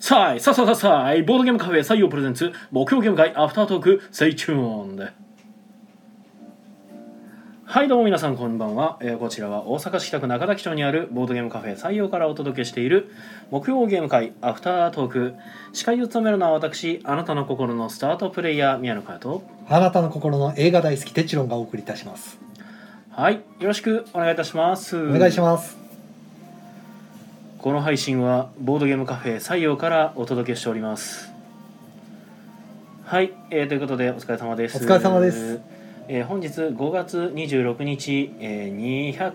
さあい、さあさあさあさあい、ボードゲームカフェ採用プレゼンツ、目標ゲーム会アフタートーク、セイチューンで。はい、どうも皆さん、こんばんは。えーこちらは大阪市北区中崎町にあるボードゲームカフェ採用からお届けしている、木曜ゲーム会アフタートーク。司会を務めるのは私、あなたの心のスタートプレイヤー、宮野佳代と。あなたの心の映画大好きテチロンがお送りいたします。はい、よろしくお願いいたします。お願いします。この配信はボードゲームカフェ採用からお届けしておりますはい、えーということでお疲れ様ですお疲れ様です、えー本日5月26日、えー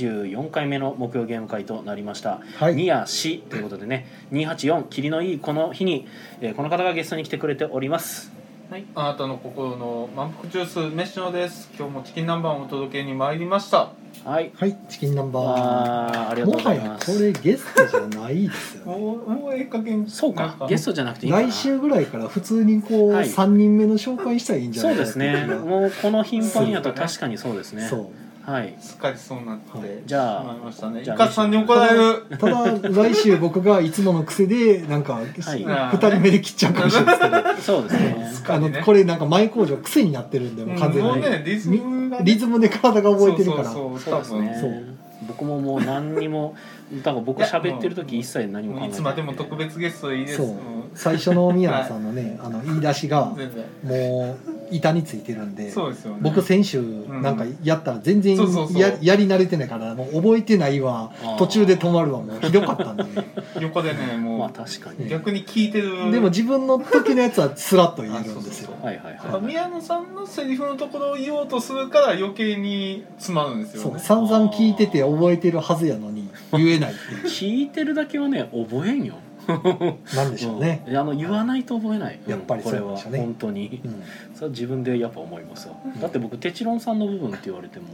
284回目の目標ゲーム会となりましたはい。 2や4ということでね284霧のいいこの日に、えーこの方がゲストに来てくれておりますはい、あなたの心の満腹ジュースメッシュノです。今日もチキン南蛮をお届けに参りました。はいはい、チキンナンバあーありー。がとうもござはいやまこすれゲストじゃないです よね。もう、もうええ加減。そうかゲストじゃなくていいかな来週ぐらいから普通にこはうい三人目の紹介したらいいんじゃそなういでかなっすていうね気がもうこの頻繁やと確かにそうですねそはいすっかりそうなって、はいじゃあしまいましたね。イじゃあカさんに怒られる。う。ただ来週僕がいつもの癖でなん かい二人目で切っちゃうかもしれないですけど。そうですねすっあかりのね。これなんか前工場癖になってるんでうんもう完全もうにね、リズムがね、リズムで体が覚えてるからそうそうそうそう、です多分。ねそう僕ももう何にもだから僕喋ってる時一切何も考もえてなういいつまでも特別ゲストでいいです。そうん最初の宮野さんのねあの言い出しが全然。もう板についてるんで。そうですよね。僕先週んなんかやったら全然そうそうそうややり慣れてないからもう覚えてないわあー途中で止まるわもうひどかったんで、横でね、もう、まあ確かにね逆に聞いてる。でも自分の時のやつはスラッと言えるんですよあそうそうそうはいはいやっぱはい宮野さんのセリフのところを言おうとするから余計に詰まるんですよそうね。散々聞いてて覚えてるはずやのに言えないってい聞いてるだけはね覚えんようなんでしょうね、うんあの言わないと覚えない、やっぱりこそうれなんはでしょうね本当にうんそれは自分でやっぱ思いますよんだって僕テチロンさんの部分って言われても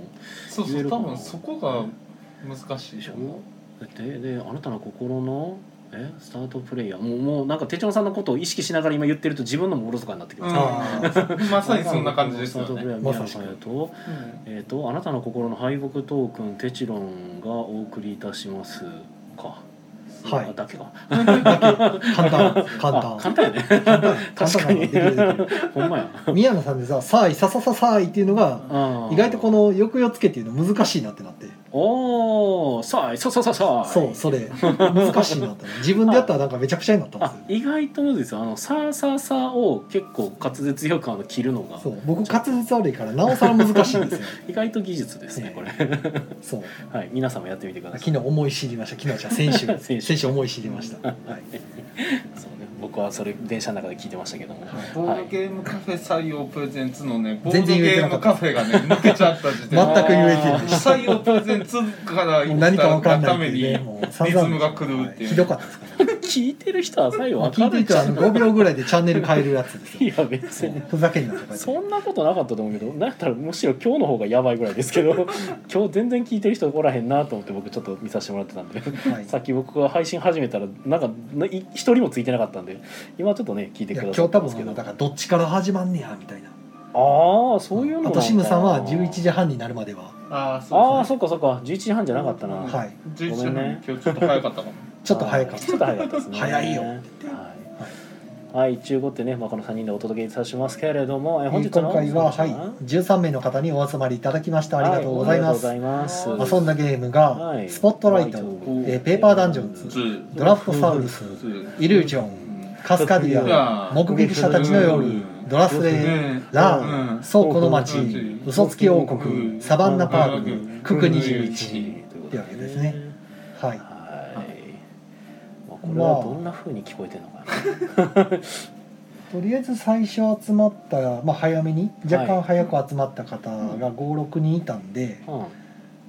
そう言そえうるか多な分そこが難しいででししょょでであなたの心のえスタートプレイヤーもうもうなんかテチロンさんのことを意識しながら今言ってると自分のもおろそかになってきうまん、す、あまさにそんな感じですよスタートプレイね、ヤーまさしく宮野さんやとえー、とあなたの心の敗北トークンテチロンがお送りいたしますか、はいあだけか簡単簡あ簡単単やね簡単簡確か単に簡単できるでき ほんまやる宮野さんでさ「さあいささささあい」っていうのが 意外とこのの抑揚つけっていうの難しいなってなっておおさあそうそうそうそうそうそれ難しいなってな自分でやったらなんかめちゃくちゃになったんですあよ意外とむずいですよあのさあさあさあを結構滑舌よくあの切るのがそう僕滑舌悪いからなおさら難しいんです よ意外と技術ですね、ええこれそう はい皆さんもやってみてくださ昨い日思い知りました昨日じゃ先週 先週先週思い知りました、はい、そう、ね、僕はそれ電車の中で聞いてましたけど もはいボードゲームカフェ採用プレゼンツのねボード全然言えゲてなーかムったカフェがね抜けちゃった時点全でく言えてないし採用プレゼンツからも言うった何かわかんないたってめいうにねもう散々リズムが狂うっていうひどかったですから聞いてる人は最後分聞かるいてる人はあの5秒ぐらいでチャンネル変えるやつです いよや別にふざけんなとか言そってんなことなかったと思うけどなんやったらむしろ今日の方がやばいぐらいですけ ど今日全然聞いてる人おらへんなと思って僕ちょっと見させてもらってたんで、はいさっき僕が配信始めたらなんかない一人もついてなかったんで今ちょっとね聞いていくだや今日さ多ったんです分けあどのだからどっちから始まんねやみたいなああそういうのあなんだとシムさんは11時半になるまではああああそそうっかそっか11時半じゃなかったな、うんはいですごめね11時ん半ね今日ちょっと早かったかもちょっと早かっちょっと早かったですね早いよはいはい、中5ってね、まあ、この3人でお届けいたしますけれども、えた本日今の回は、はい、13名の方にお集まりいただきましたありがとうございます,、はいありがとうございます遊んだゲームが、はいスポットライト、えーペーパーダンジョンズずードラフトサウルスずーイリュージョンうんカスカデいィやアー目撃者たちの夜うんドラスレねーラうーんそうこの街うん嘘つき王う国んサバンナパーうんククク21っ21てわけですねはいはい。まあ、これはどんな風に聞こえてるのかな。とりあえず最初集まった、まあ、早めに若干早く集まった方が56人いたんで、うん、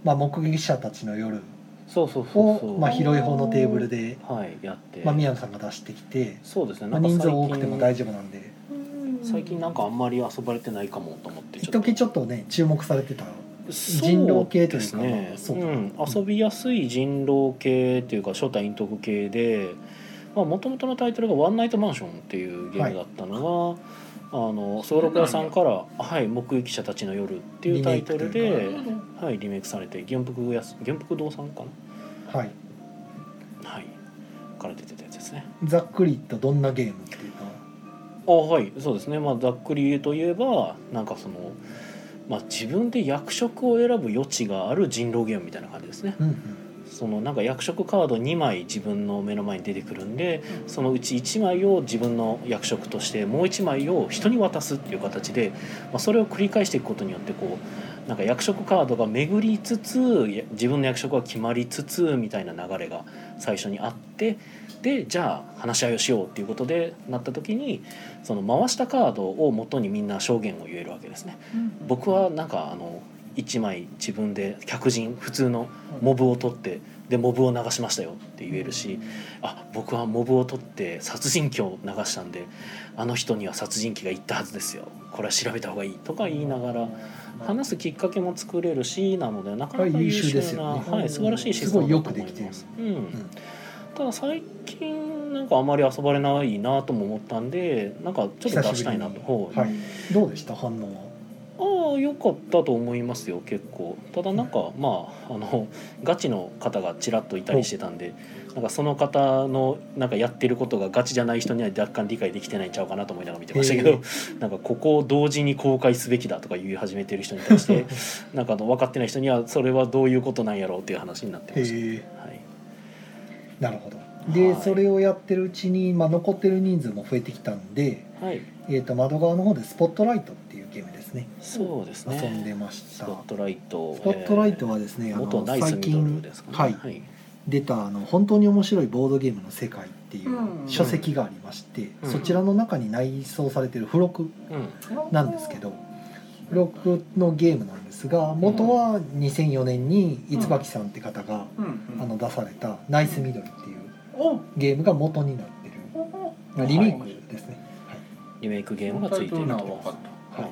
まあ、目撃者たちの夜そうそうそうそを、う。まあ、広い方のテーブルで、はい、やって。まあ、宮野さんが出してきて、そうですね。まなあ、んか最人数近多くても大丈夫なんで最近なんかあんまり遊ばれてないかもと思って。一時ちょっとね注目されてた人狼系というかねそううん、遊びやすい人狼系というか初代陰徳系でもともとのタイトルが「ワンナイトマンション」っていうゲームだったのが、あのソロク屋さんから「はい、目撃者たちの夜」っていうタイトルリメではい、リメイクされて原服やす原服堂さんかはいな、はい、から出てたやつですねざっくり言ったどんなゲームっていうかあはいそうですねまあざっくり言うといえばなんかそのまあ自分で役職を選ぶ余地がある人狼ゲームみたいな感じですねうんうんそのなんか役職カード2枚自分の目の前に出てくるんでそのうち1枚を自分の役職としてもう1枚を人に渡すっていう形で、まあ、それを繰り返していくことによってこうなんか役職カードが巡りつつや自分の役職が決まりつつみたいな流れが最初にあってでじゃあ話し合いをしようっていうことでなった時にその回したカードを元にみんな証言を言えるわけですね。僕はなんかあの1枚自分で客人普通のモブを取ってでモブを流しましたよって言えるしあ僕はモブを取って殺人鬼を流したんであの人には殺人鬼が行ったはずですよこれは調べた方がいいとか言いながら話すきっかけも作れるしなのでなかなか優秀優秀ですな、よねはい、素晴らしいシスすテごムいだよとく思でいきてるます。うんただ最近なんかあまり遊ばれないなとも思ったんでなんかちょっと出したいなと、ほうはいどうでした反応はああ良かったと思いますよ結構ただなんかまああのガチの方がちらっといたりしてたんでなんかその方のなんかやってることがガチじゃない人には若干理解できてないんちゃうかなと思いながら見てましたけど なんかここを同時に公開すべきだとか言い始めてる人に対してなんかあの分かってない人にはそれはどういうことなんやろうっていう話になってました、へえはい、なるほどで、はいそれをやってるうちに、まあ、残ってる人数も増えてきたんで、はい、えー、と窓側の方で「スポットライト」っていうゲームですねそうですね遊んでましスたポットライトスポットライトはですえね、ーあ元のナイス最ミドル近ですかねはいはい出たあの本当に面白いボードゲームの世界っていううん書籍がありまして、うんそちらの中に内装されてる付録うんなんですけど、付録のゲームなんですが元は2004年に椿さんって方が、うんうんあの出された「ナイスミドル」っていうおゲームが元になってるおリメイクですね。リメイクゲームがつタイいてトいルる名は分かっと。はい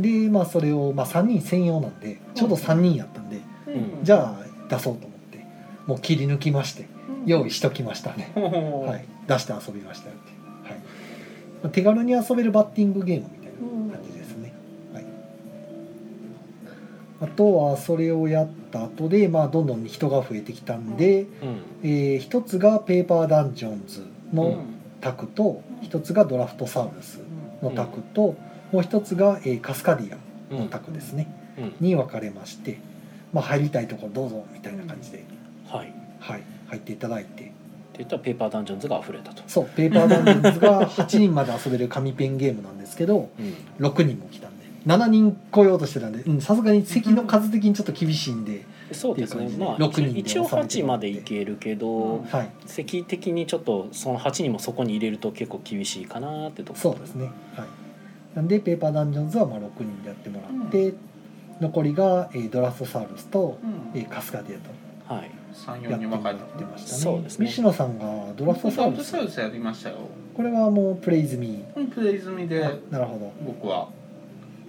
でまあそれを、まあ、3人専用なんでちょうど3人やったんで、た、うんじゃあ出そうと思ってもう切り抜きまして用意しときましたね。ほうほうはい、出して遊びましたよっていう、はいまあ、手軽に遊べるバッティングゲームみたいな感じですね、はい、あとはそれをやった後でまあ、どんどん人が増えてきたんで、うんえー一つが「ペーパーダンジョンズ」うのん卓と、一つが「ドラフトサウルス」の卓と、もう一つが、えーカスカディアの卓ですね、うんに分かれまして、まあ、入りたいところどうぞみたいな感じで、はい。ってはい、入っていただいて。言ったらペーパーダンジョンズが溢れたと。そうペーパーダンジョンズが8人まで遊べる紙ペンゲームなんですけど うん。 6人も来たんで7人来ようとしてたんでうんさすがに席の数的にちょっと厳しいんで、そうですねって。いう感じでまあ六人で一応収めて八もらまってでいけるけうどん、はい席的にちょっとその八人もそこに入れると結構厳しいかなってとこ。そうですねはいなんでペーパーダンジョンズはまあ6人でやってもらって、残りが、えードラストサウルスと、えーカスカディアとはい。三や四ってにも分からっれたてましたねそうですね西野さんがドラストサウルスサウルスやりましたよこれはもうプレイ済みうんプレイ済みであなるほど僕は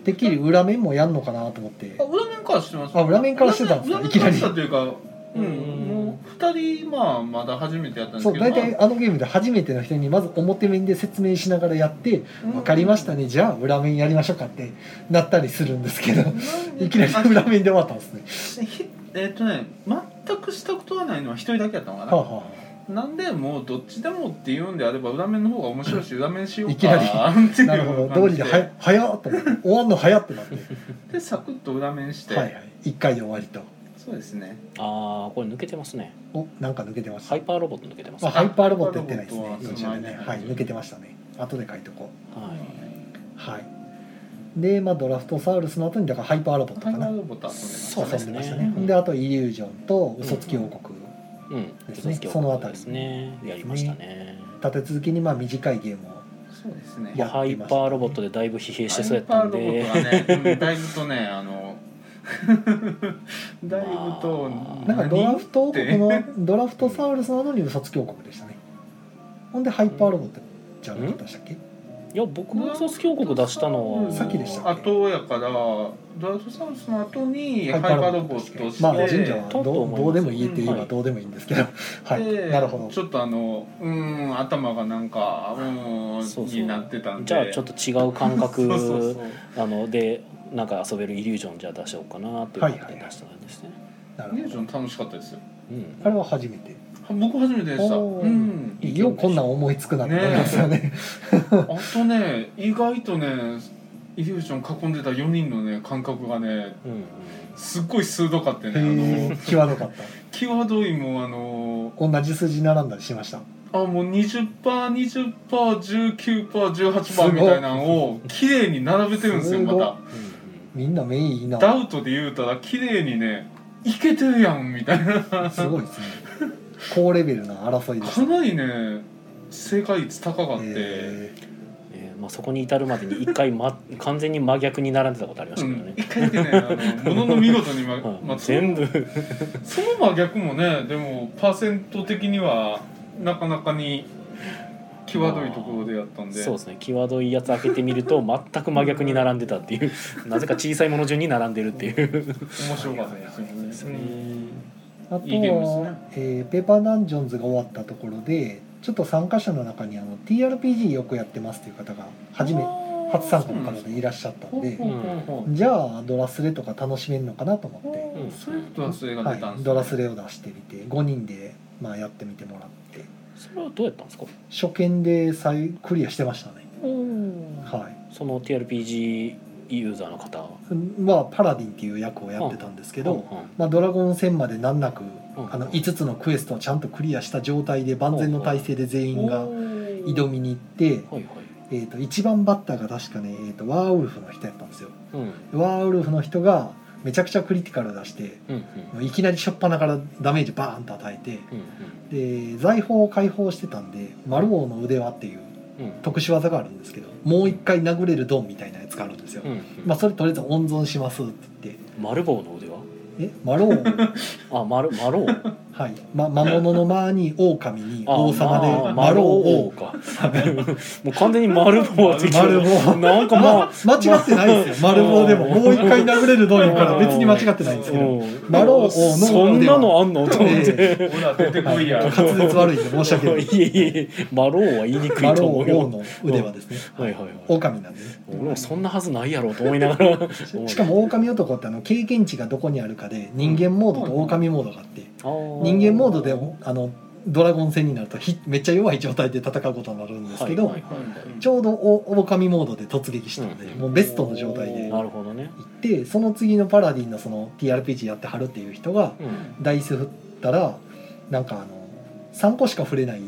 てっきり裏面もやんのかなと思ってあ裏面からしてますあ裏面からしてたんですか裏面いきなり裏面からしてたというかうん、うんもう2人まあまだ初めてやったんでそうすけど大体あのゲームで初めての人にまず表面で説明しながらやって「分かりましたねねじゃあ裏面やりましょうか」ってなったりするんですけど いきなり裏面で終わったんですね。ひえっ、とね全くしたことがないのは一人だけやったのかな、はあはなんでもうどっちでもって言うんであれば裏面の方が面白いし裏面しようかいきなりってあ、いうなるほど感道じ理ではや「早っ!」と思って終わんの早っってな ってでサクッと裏面して、はいはい1回で終わりとそうですねああこれ抜けてますね。おなんか抜けてました、ハイパーロボット抜けてます。あ、はハイパーロボット言ってないですハイねパーロボットは今週はねそうなんだはい抜けてましたね後で書いとこい。うはいでまあドラフトサウルスの後にだからハイパーロボットタかイマなーロボット遊んでましたそねうですね遊んでましたねであとイリュージョンと嘘つき王国、うん。ですね手続きそのあたりですね。やりましたね。立て続けにまあ短いゲームをそうですねやハイパーロボットでだいぶ疲弊してそうやったんハでイパ。ーロボットはね、うんだいぶとね あのだいぶとまあなんかドラフト王国の何っドラフトサウルスなどに嘘つき王国でしたねほんでハイパーロボットじゃなかったでしたっけいや僕もソース峡国出したのは。さっきでしたっけ後やからドラフトサウルスの後にハイパーロボットしてまあ神社はとどうと思いますどうでもいいって言えはばいどうでもいいんですけどはいでなるほちょっとあのうーん頭がなんかうーんそうそうになってたんでじゃあちょっと違う感覚そうそうそうあのでなんか遊べるイリュージョンじゃあ出しようかなっていうはい感じで出したんですね。どなミューるジほョどン楽しかったですようんあれは初めて僕初めてでしたおうーんようこんなん思いつくなって思います よねあとね意外とねイリュージョン囲んでた4人のね感覚がねうんうんすっごい鋭かってへねあえの際どかった際どいもうあの同じ数字並んだりしましたあもう 20%20%19%18% みたいなのを綺麗に並べてるんですよすまごいた。みんなメインいいなダウトで言うたら綺麗にねいけてるやんみたいなかすごいですね高レベルな争 いでしたなりね正解率高かって、ええーまあ、そこに至るまでに一回、ま、完全に真逆に並んでたことありましうたけどんね、一回だけねあのものの見事に、まはいまあ、その全部その真逆もねでもパーセント的にはなかなかに際どいところでやったんで、そうですね際どいやつ開けてみると全く真逆に並んでたっていうなぜか小さいもの順に並んでるっていう面白かったですよね。ーあといいゲームですねは、えーペーパーダンジョンズが終わったところでちょっと参加者の中にあの TRPG よくやってますという方が初め初参加の方でいらっしゃったんでほうほうほうほうじゃあドラスレとか楽しめるのかなと思って、うんそういうドラスレがは出たんい、です、ドラスレを出してみて5人で、まあ、やってみてもらってそれはどうやったんですか初見で再クリアしてましたねは、その TRPG ユーザーの方はいまあ、パラディンっていう役をやってたんですけど、まあ、ドラゴン戦まで難なく、んあの5つのクエストをちゃんとクリアした状態で万全の体制で全員が挑みに行って、はいはいえー、と1番バッターが確かね、えー、とワーウルフの人やったんですようんうんワーウルフの人がめちゃくちゃクリティカル出してうんもういきなり初っ端からダメージバーンと与えてうんで財宝を解放してたんでマル王の腕輪っていううんうん特殊技があるんですけどもう一回殴れるドンみたいなやつがあるんですよ、うんうんまあ、それとりあえず温存しますって言って丸棒の腕はえマロウあ丸 丸王はい、ま、魔物の間に狼にあ王ま様であマロ丸ウ王王かもう完全に丸棒って言って丸棒なんかまあま間違ってないですまよあ丸棒でもまあもう一回殴れるドンやから別に間違ってないんですけどうんマロ王のそんなのあんのと思って、えほら出てえはこいいや。滑舌悪いんで申し訳ないいえいえマローは言いにくマいロとウ思う王よの腕はですねはいはいはい狼なんでね俺もそんなはずないやろうと思いながらししかも狼男ってあの経験値がどこにあるかで人間モードと狼モードがあって 人間モードであのドラゴン戦になるとひめっちゃ弱い状態で戦うことになるんですけど、はいはいちょうどお狼モードで突撃したので、うんもうベストの状態でな行るほどね、ってその次のパラディンのその TRPG やってはるっていう人がうん、ダイス振ったらなんかあの3個しか振れない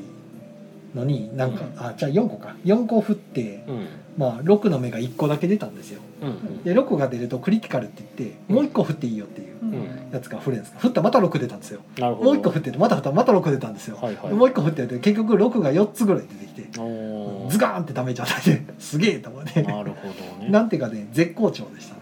のになんか、うんあじゃあ4個か4個振って、うんまあ、6の目が1個だけ出たんですよ。うんで6が出るとクリティカルって言ってもう1個振っていいよっていううんやつが振れるんですか振ったらまた6出たんですよなるほどもう1個振っててまた振ったらまた6出たんですよ、はいはいもう1個振ってて結局6が4つぐらい出てきておズーガーンってダメージ与えてすげえと思ってなるほどねなんていうかね絶好調でしたね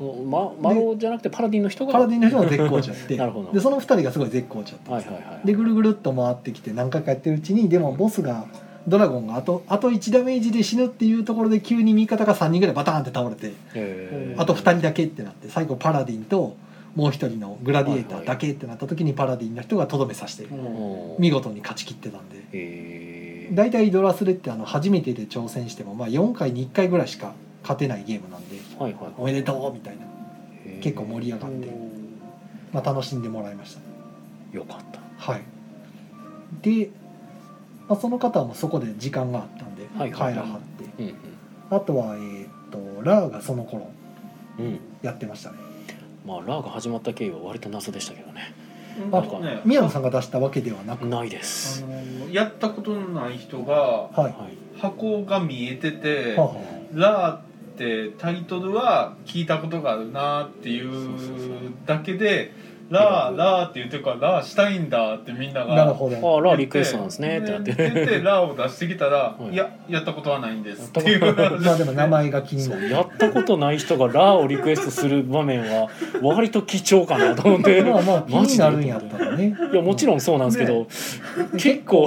ま、マローじゃなくてパラディンの人がパラディンの人も絶好調やってなるほどでその2人がすごい絶好調やったんはでいすはよ、いはいでぐるぐるっと回ってきて何回かやってるうちにでもボスがドラゴンがあとあと1ダメージで死ぬっていうところで急に味方が3人ぐらいバターンって倒れてえーあと2人だけってなって最後パラディンともう1人のグラディエーターだけってなった時にパラディンの人がとどめさせておー見事に勝ち切ってたんでえー大体ドラスレってあの初めてで挑戦してもまあ4回に1回ぐらいしか勝てないゲームなんではいはいおめでとうみたいなえー結構盛り上がって、まあ、楽しんでもらいましたよかったはいで、まあ、その方はもうそこで時間があったんではい帰はいらはってうんあとはえーっとラーがその頃うんうんやってましたねまあラーが始まった経緯は割と謎でしたけどねあとね宮野さんが出したわけではなくないであすのやったことのない人がはいはい箱が見えててはあは「ラー」ってタイトルは聞いたことがあるなってそうそうそういうだけで「ラーラー」って言ってるから「ラーしたいんだ」ってみんなあなるがほあどあラーリクエストなんですねってなってで出て「ラー」を出してきたらは「いいややったことはないんです」っていうやった話まあでも名前が気にそなうるやったことない人がラーをリクエストする場面は割と貴重かなと思 ってまあまあ気マにジでなるんやったらねいやもちろんそうなんですけど、結構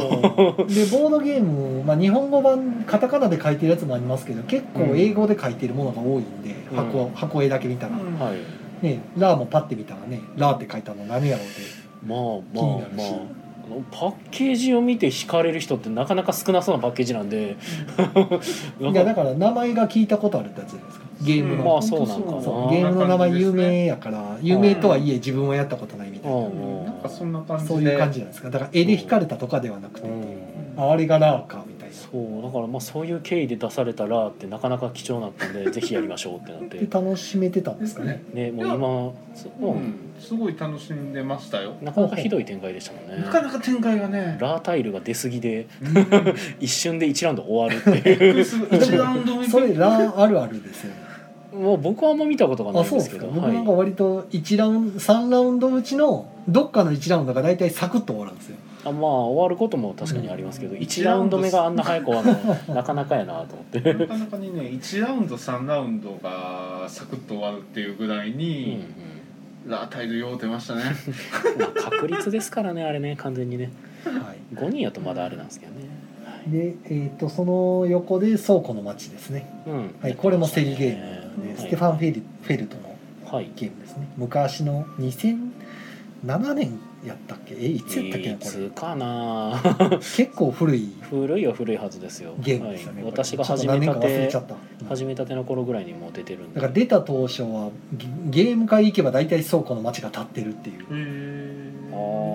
でボードゲーム、まあ、日本語版カタカナで書いてるやつもありますけど結構英語で書いてるものが多いんうで、ん箱箱絵だけ見たら、うんはいねラーもパッて見たらねラーって書いたの何やろうってまあ気になまあるましああのパッケージを見て惹かれる人ってなかなか少なそうなパッケージなんでなんいやだから名前が聞いたことあるってやつじゃないですかゲームまのあ、そうなんかなそううんゲームの名前有そんな感じですね名やから有名とはいえ自分はやったことないみたいな、うんなんかそんな感じでそういう感じなんですかだから絵で惹かれたとかではなくて、うんあれがラーかみたいなそうだからまあそういう経緯で出されたらってなかなか貴重だった んでぜひやりましょうってなっでて楽しめてたんでですすかかねね。ねもう今そもうん、すごい楽しんでましたようなかなかひどい展開でしたもんねなかなか展開がねラータイルが出過ぎでうんびっく 一瞬で1ラウンド終わるっていうりする1ラウンド目それラーあるあるですよね。もう僕はあんま見たことがなあいんそうでですすけか。ど僕はいなんか割と一ラウン三ラウンドうちのどっかの一ラウンドが大体サクッと終わるんですよ。あまあ終わることも確かにありますけど、一1ラウンド目があんな早く終 わるのなかなかやなと思って、なかなかにね1ラウンド3ラウンドがサクッと終わるっていうぐらいうんに、ラータイルよう出ましたねうんまあ、確率ですからねあれね完全にねは5人やとまだあれなんですけどね、い。で、えっ、とその横で倉庫の街ですね。うんはい。これもセリゲームで、はいステファンフェルフェルトのはいゲームですね。昔の2007年やったっけ？えいつやったっけいなこれつ。かな 結構古い古いは古いはずですよゲームですよね。はい、これ私がちょっと始何め年たか忘れてちゃった。うん始めたての頃ぐらいにもう出てるんだでから出た当初はゲゲーム会行けば大体倉庫の街が立ってるっていう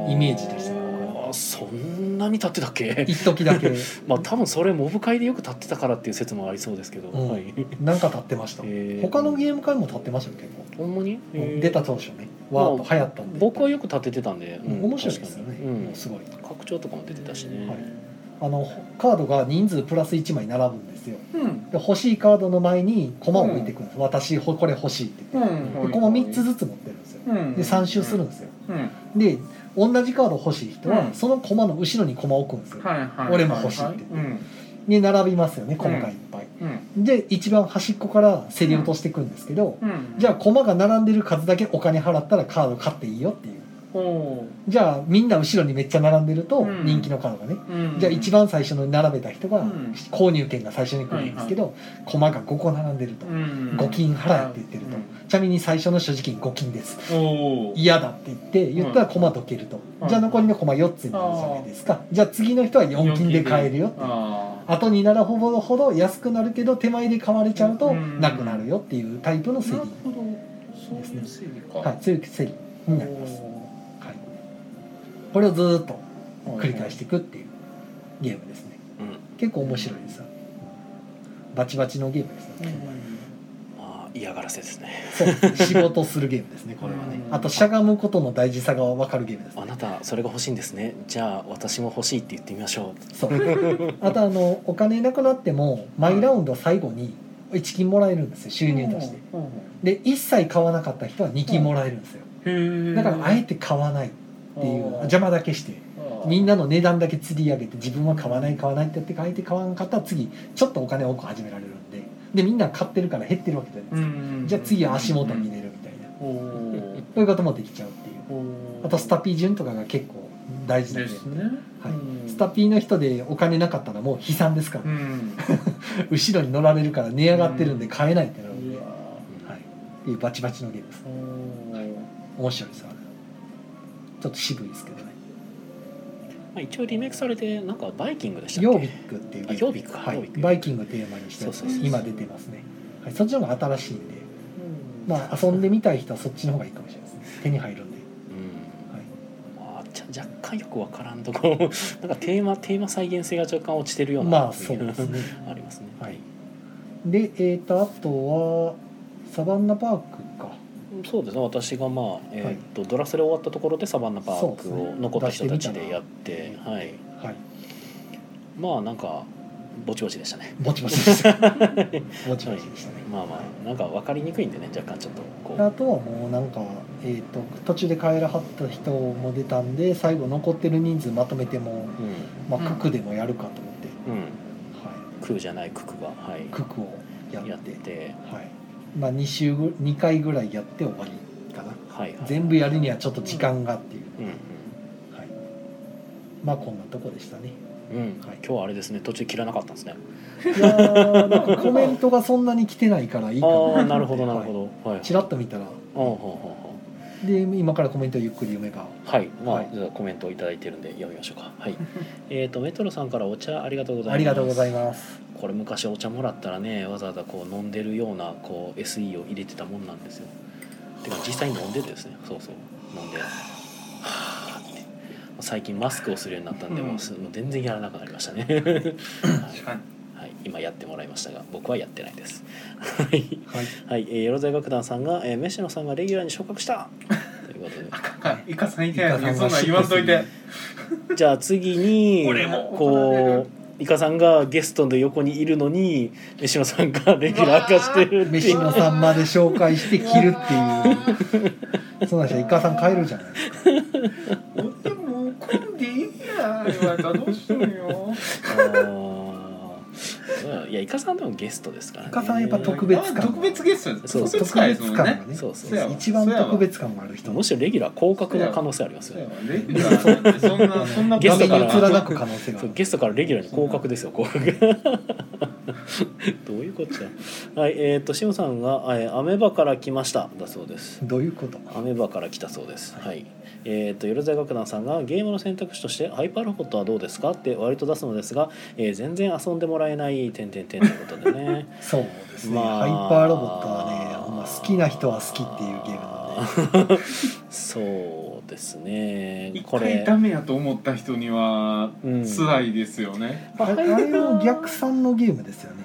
イメージでしたね僕あーそんなに経ってたっけ一 時だけまあ多分それモブ会でよく立ってたからっていう説もありそうですけど、うんはいなんか立ってましたへー他のゲーム会も立ってましたよ結ほんまに、構うん出た当初ねわーっと流行ったんで僕はよく立ててたんで、うん面白いですよ確ねかにもうすごいうん、拡張とかも出てたしね、はいあのカードが人数プラス1枚並ぶんですようでん欲しいカードの前に駒を置いていくんです私ほこれ欲しいってう言ってんで駒3つずつ持ってるんですようんで3周するんですようんはいで同じカード欲しい人うはんその駒の後ろに駒を置くんですよはいはい俺も欲しいってうんで並びますよね駒がいっぱいうんで一番端っこから競り落としていくんですけど、うんじゃあ駒が並んでる数だけお金払ったらカード買っていいよっていうおーじゃあみんな後ろにめっちゃ並んでるとうん人気のカードがね、うんじゃあ一番最初の並べた人がうん購入券が最初に来るんですけど、駒が5個並んでると、うん5金払えって言ってると、ちなみに最初の所持金5金ですうんおー嫌だって言って言ったら駒どけると、うんじゃあ残りの駒4つになるじゃないですかじゃあ次の人は4金で買えるよっていうあーあとにならほぼほど安くなるけど手前で買われちゃうとうんなくなるよっていうタイプのな整る理、ほどそういう整理かはい、そういう整理おにーなります、はい、これをずーっと繰り返していくっていうゲームですねうん結構面白いですバチバチのゲームですうんねまあ嫌がらせですねそうですね仕事するゲームですねこれはねうんあとしゃがむことの大事さが分かるゲームですあなたそれが欲しいんですねじゃあ私も欲しいって言ってみましょそうあとあのお金なくなっても毎ラウンド最後に1金もらえるんですよ収入としてうんうんで一切買わなかった人は2金もらえるんですよへーだからあえて買わないっていう邪魔だけしてあーみんなの値段だけ釣り上げて自分は買わない買わないってやって買えて買わなかったら次ちょっとお金多く始められるんででみんな買ってるから減ってるわけじゃないですか、じゃあ次は足元に入れるみたいな、おーそういうこともできちゃうっていうおーあとスタピー順とかが結構大事なんでで、すねはいうんスタピーの人でお金なかったらもう悲惨ですから、うん後ろに乗られるから値上がってるんで買えないってなるんいで、やはう、い、っていうバチバチのゲームですーおー面白いですあれちょっと渋いですけどねまあ、一応リメイクされてなんかバイキングでしたヨっービけックっていうあヨービックかはヨーいビックバイキングをテーマにしてそうそうそうそう今出てますね、はい、そっちの方が新しいんでまあ遊んでみたい人はそっちの方がいいかもしれないですね手に入るんで、うんはい、まあ、ちゃ若干よくわからんとこ なんかテーマテーマ再現性が若干落ちてるようなまあそうですねありますねはいでえっ、とあとはサバンナパークかそうですね私がまあ、えーっとドラスレ終わったところでサバンナパークそうでをすね残った人たちでやっ出しててみはいはいまあなんかぼちぼちでしたねぼちぼちで したぼちぼちでしたねまあまあなんか分かりにくいんでね若干ちょっとこうあとはもうなんか、えー、と途中で帰らはった人も出たんで最後残ってる人数まとめても、うまあ、うん九九でもやるかと思っん、て、うん、は空じゃない九九がはいい、九九をやってやってはいまあ、2, 週ぐ2回ぐらいやって終わりかなはいはい全部やるにはちょっと時間がっていう、うんうんはい、まあこんなとこでしたねうん、はい今日はあれですね途中切らなかったんですねい やーなんかコメントがそんなに来てないからいいかなと思っあてあなるほどなる はほどはいい、チラッと見たらうんうんうんうんで今からコメントをゆっくり読めばはい、まあ、はいじゃあコメントをいただいてるんで読みましょうか。 はい。えっとメトロさんからお茶ありがとうございます。ありがとうございまますす。これ昔お茶もらったらね、わざわざこう飲んでるようなこう SE を入れてたもんなんですよ。てか実際に飲んでてですね。そうそう。飲んで。はーって最近マスクをするようになったんで、うんもうすもう全然やらなくなりましたね、 はい確かにはい、今やってもらいましたが僕はやってないです はい、はいはいえー、よろざい楽団さんが、えー、メシ野さんがレギュラーに昇格したということあかんイカさんいけイやカさんはそんなん言わんといてでじゃあ次に俺もこうイカさんがゲストの横にいるのにメシ野さんがレギュラー化してるってい飯う野さんまで紹介して切るっていうそうなんですよイカさん帰るじゃないですかでも怒るでいいや言われたらどうしようよあーいやイカさんでもゲストですから、ね、イカさんやっぱ特別感特別ゲストですそう特別特会です別もん感がねねそうそうそうやわ一番特別感がある人むしろレギュラー降格の可能性ありますそうよやねわレギュラーなんてそんなそんなゲストから画面に貫く可能性があそうるゲストからレギュラーに降格ですよ降格 どういうこっちゃはいえっ、とシムさんが「えーアメバから来ました」だそうですどういうことアメバから来たそうですはいえっ、とよろざい楽団さんが「ゲームの選択肢としてハイパーロボットはどうですか?」って割と出すのですが、えー全然遊んでもらえない点点点ということでね そうですね、まあハイパーロボットはねほんま好きな人は好きっていうゲームなんで そうですね一これ回ダメやと思った人にはうん辛いですよね、まあれあれの逆算のゲームですよね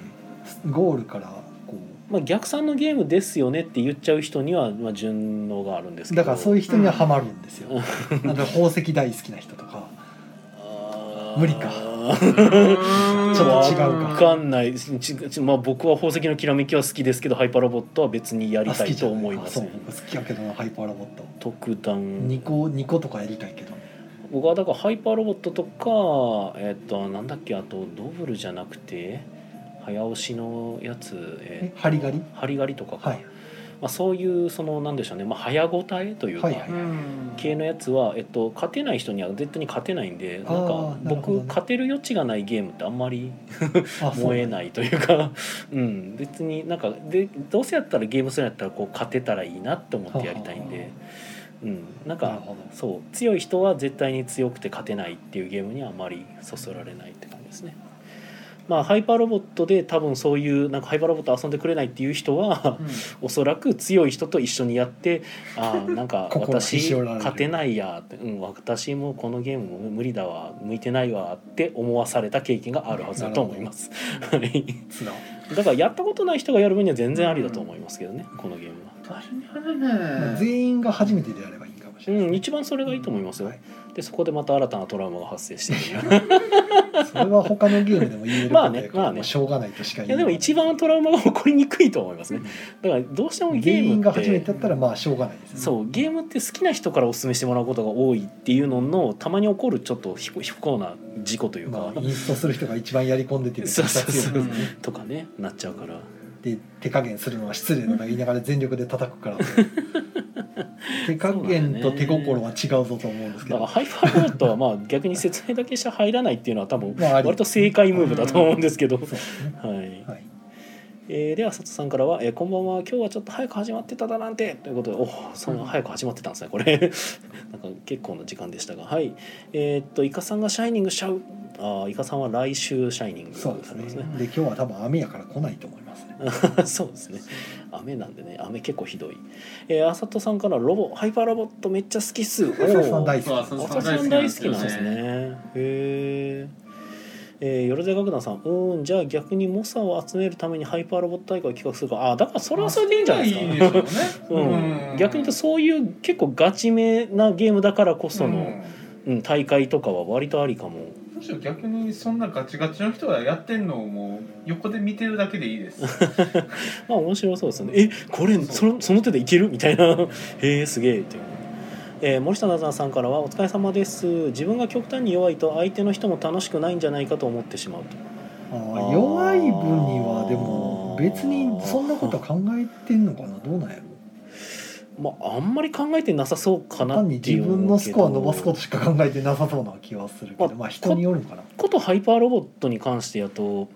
ゴールからこまあ、逆算のゲームですよねって言っちゃう人には、まあ、順応があるんですうけどだからそういう人にはハマるんですよ、なんで宝石大好きな人とかあー無理 かちちょっと違うわかんないちちまあ、僕は宝石のきらめきは好きですけどハイパーロボットは別にやりあた好いきじとゃな思いいまあすそう僕好きやけどなハイパーロボット特段2個二個とかやりたいけど僕はだからハイパーロボットとかえっ、となんだっけあとドブルじゃなくて早押しのやつええハリガリハリガリとかか、はいまあ、そういうそのなんでしょうね、まあ、早ごたえというか、はいはいうん系のやつは、えっと、勝てない人には絶対に勝てないんでなんあーかなるほ僕、どね勝てる余地がないゲームってあんまりあ燃えないいというか うん別になんかでどうせやったらゲームするんやったらこう勝てたらいいなって思ってやりたいんで、うん、なんなるかほどそう強い人は絶対に強くて勝てないっていうゲームにはあまりそそられないって感じですね。まあ、ハイパーロボットで多分そういうなんかハイパーロボット遊んでくれないっていう人はうんおそらく強い人と一緒にやってあー なんか心がひ私しおられる勝てないやって、うん、私もこのゲームも無理だわ向いてないわって思わされた経験があるはずだと思いますはい素直だからやったことない人がやる分には全然ありだと思いますけどねこのゲームは。大変だまあね全員が初めてでやればいいかもしうれない、ん、一番それがいいと思いますよ、はいでそこでまた新たなトラウマが発生して るそれは他のゲームでも言えることまあやねから、まあねもうしょうがないとしかい言やでえないも一番トラウマが起こりにくいと思いますねだからどうしてもゲ全ー員ムがって初めてやったらまあしょうがないですねそうゲームって好きな人からお勧めしてもらうことが多いっていうののたまに起こるちょっとひ不幸な事故というか、まあ、インストする人が一番やり込んでてるそうそうそううんとかねなっちゃうからで手加減するのは失礼とか言いながら全力で叩くから 手加減と手心は違うぞと思うんですけだからどハイパーロボットはまあ逆に説明だけして入らないっていうのは多分まああり割と正解ムーブだと思うんですけど、そうですねはいはいえーでは佐藤さんからは、えーこんばんは今日はちょっと早く始まってただなんて」ということでおーそんな早く始まってたんですねこれ なんか結構な時間でしたがはいえーっとイカさんが「シャイニングしちゃう」あーイカさんは来週「シャイニング」そうですねで今日は多分雨やから来ないと思います ねそうですね雨なんでね雨結構ひどい、えー、あさとさんから「ロボハイパーロボットめっちゃ好きっ す」お浅田さんー大好きそう浅浅田田さん大好きなんですね。へえ。えー、よろずや楽団さん、うーん、じゃあ逆に猛者を集めるためにハイパーロボット大会を企画するか、あー、だからそれはそれでいいんじゃないですか。いいでしょううねん、逆に言うとそういう結構ガチめなゲームだからこその、うん大会とかは割とありかもむしろ逆にそんなガチガチの人がやってんのをもう横で見てるだけでいいですまあ面白そうですねえこれそのその手でいけるみたいな へえすげえっていう。えー森下なずなさんからは「お疲れ様です自分が極端に弱いと相手の人も楽しくないんじゃないかと思ってしまう」とあー弱い分にはでも別にそんなこと考えてんのかなどうなんやろまあ、あんまり考えてなさそうかな単にってい自う分のスコア伸ばすこととしか考えてなさそうな気はするけどまあまあ人によるのかなことハイパーロボットに関してやと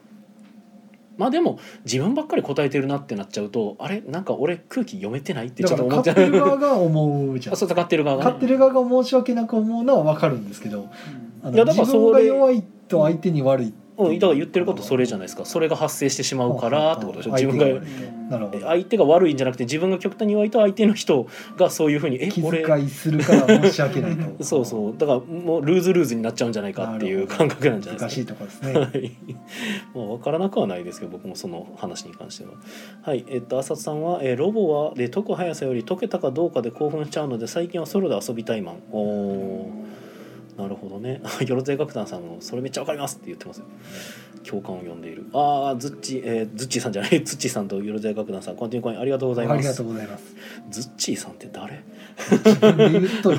まあでも自分ばっかり答えてるなってなっちゃうとあれなんか俺空気読めてないってだちょかっとら思っち勝ゃっう。てる側が思うじゃんあ そう買ってる側が、ね、勝ってる側が申し訳なく思うのは分かるんですけどあいやのだから自そ分がれ弱いと相手に悪いっうん、だから言ってることそれじゃないですかそれが発生してしまうからってことでしょ自分相手ががなるほど相手が悪いんじゃなくて自分が極端に弱いと相手の人がそういうふうに「え気俺遣いするから申し訳ないと そうそうだからもうルーズルーズになっちゃうんじゃないかっていう感覚なんじゃない難ですしいか。とこですねはい、まあ分からなくはないですけど僕もその話に関しては。はいえっと浅田さんは、えーロボはで解く速さより解けたかどうかで興奮しちゃうので最近はソロで遊びたいマン」おーなるほどね よろずえ楽団さんも「それめっちゃ分かります」って言ってますよ。共感を呼んでいるああズッチー、えー、ズッチーさんじゃないズ ッチーさんとよろずえ楽団さんコンティニューコインあり がとうございあまりがすとう。ございますズッチーさんって誰自分で言うと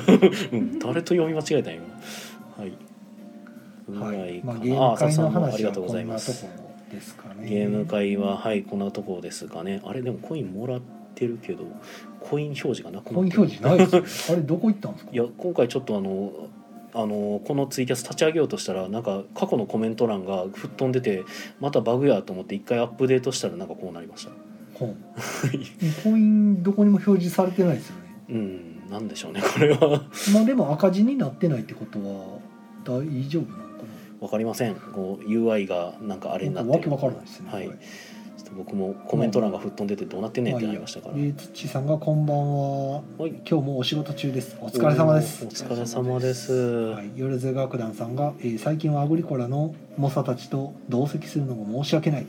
うん、 誰と読み間違えたん今。はい。うまはいいまかあなゲーあム会さのんもあり話がはとうごこざいんまなとすこ。ですかねゲーム会ははいこんなとこですかね。あれでもコインもらってるけどコイン表示がなくなコっインてる。表示ない ですよあれどこ行ったんですかいや今回ちょっとあの。あのこのツイキャス立ち上げようとしたらなんか過去のコメント欄が吹っ飛んでてまたバグやと思って一回アップデートしたらなんかこうなりましたほんコインどこにも表示されてないです よねうんなんでしょうね これはまあでも赤字になってないってことは大丈夫なのかわかりませんこう UI がなんかあれにななっわてけわからないですねはいこれちょっと僕もコメント欄が吹っ飛んでてどうなってんねんってなりましたからあいいやえー土さんがこんばんははい今日もお仕事中ですお疲れ様ですお疲れ様です。はい、ヨルゼ楽団さんが、えー最近はアグリコラの猛者たちと同席するのが申し訳ない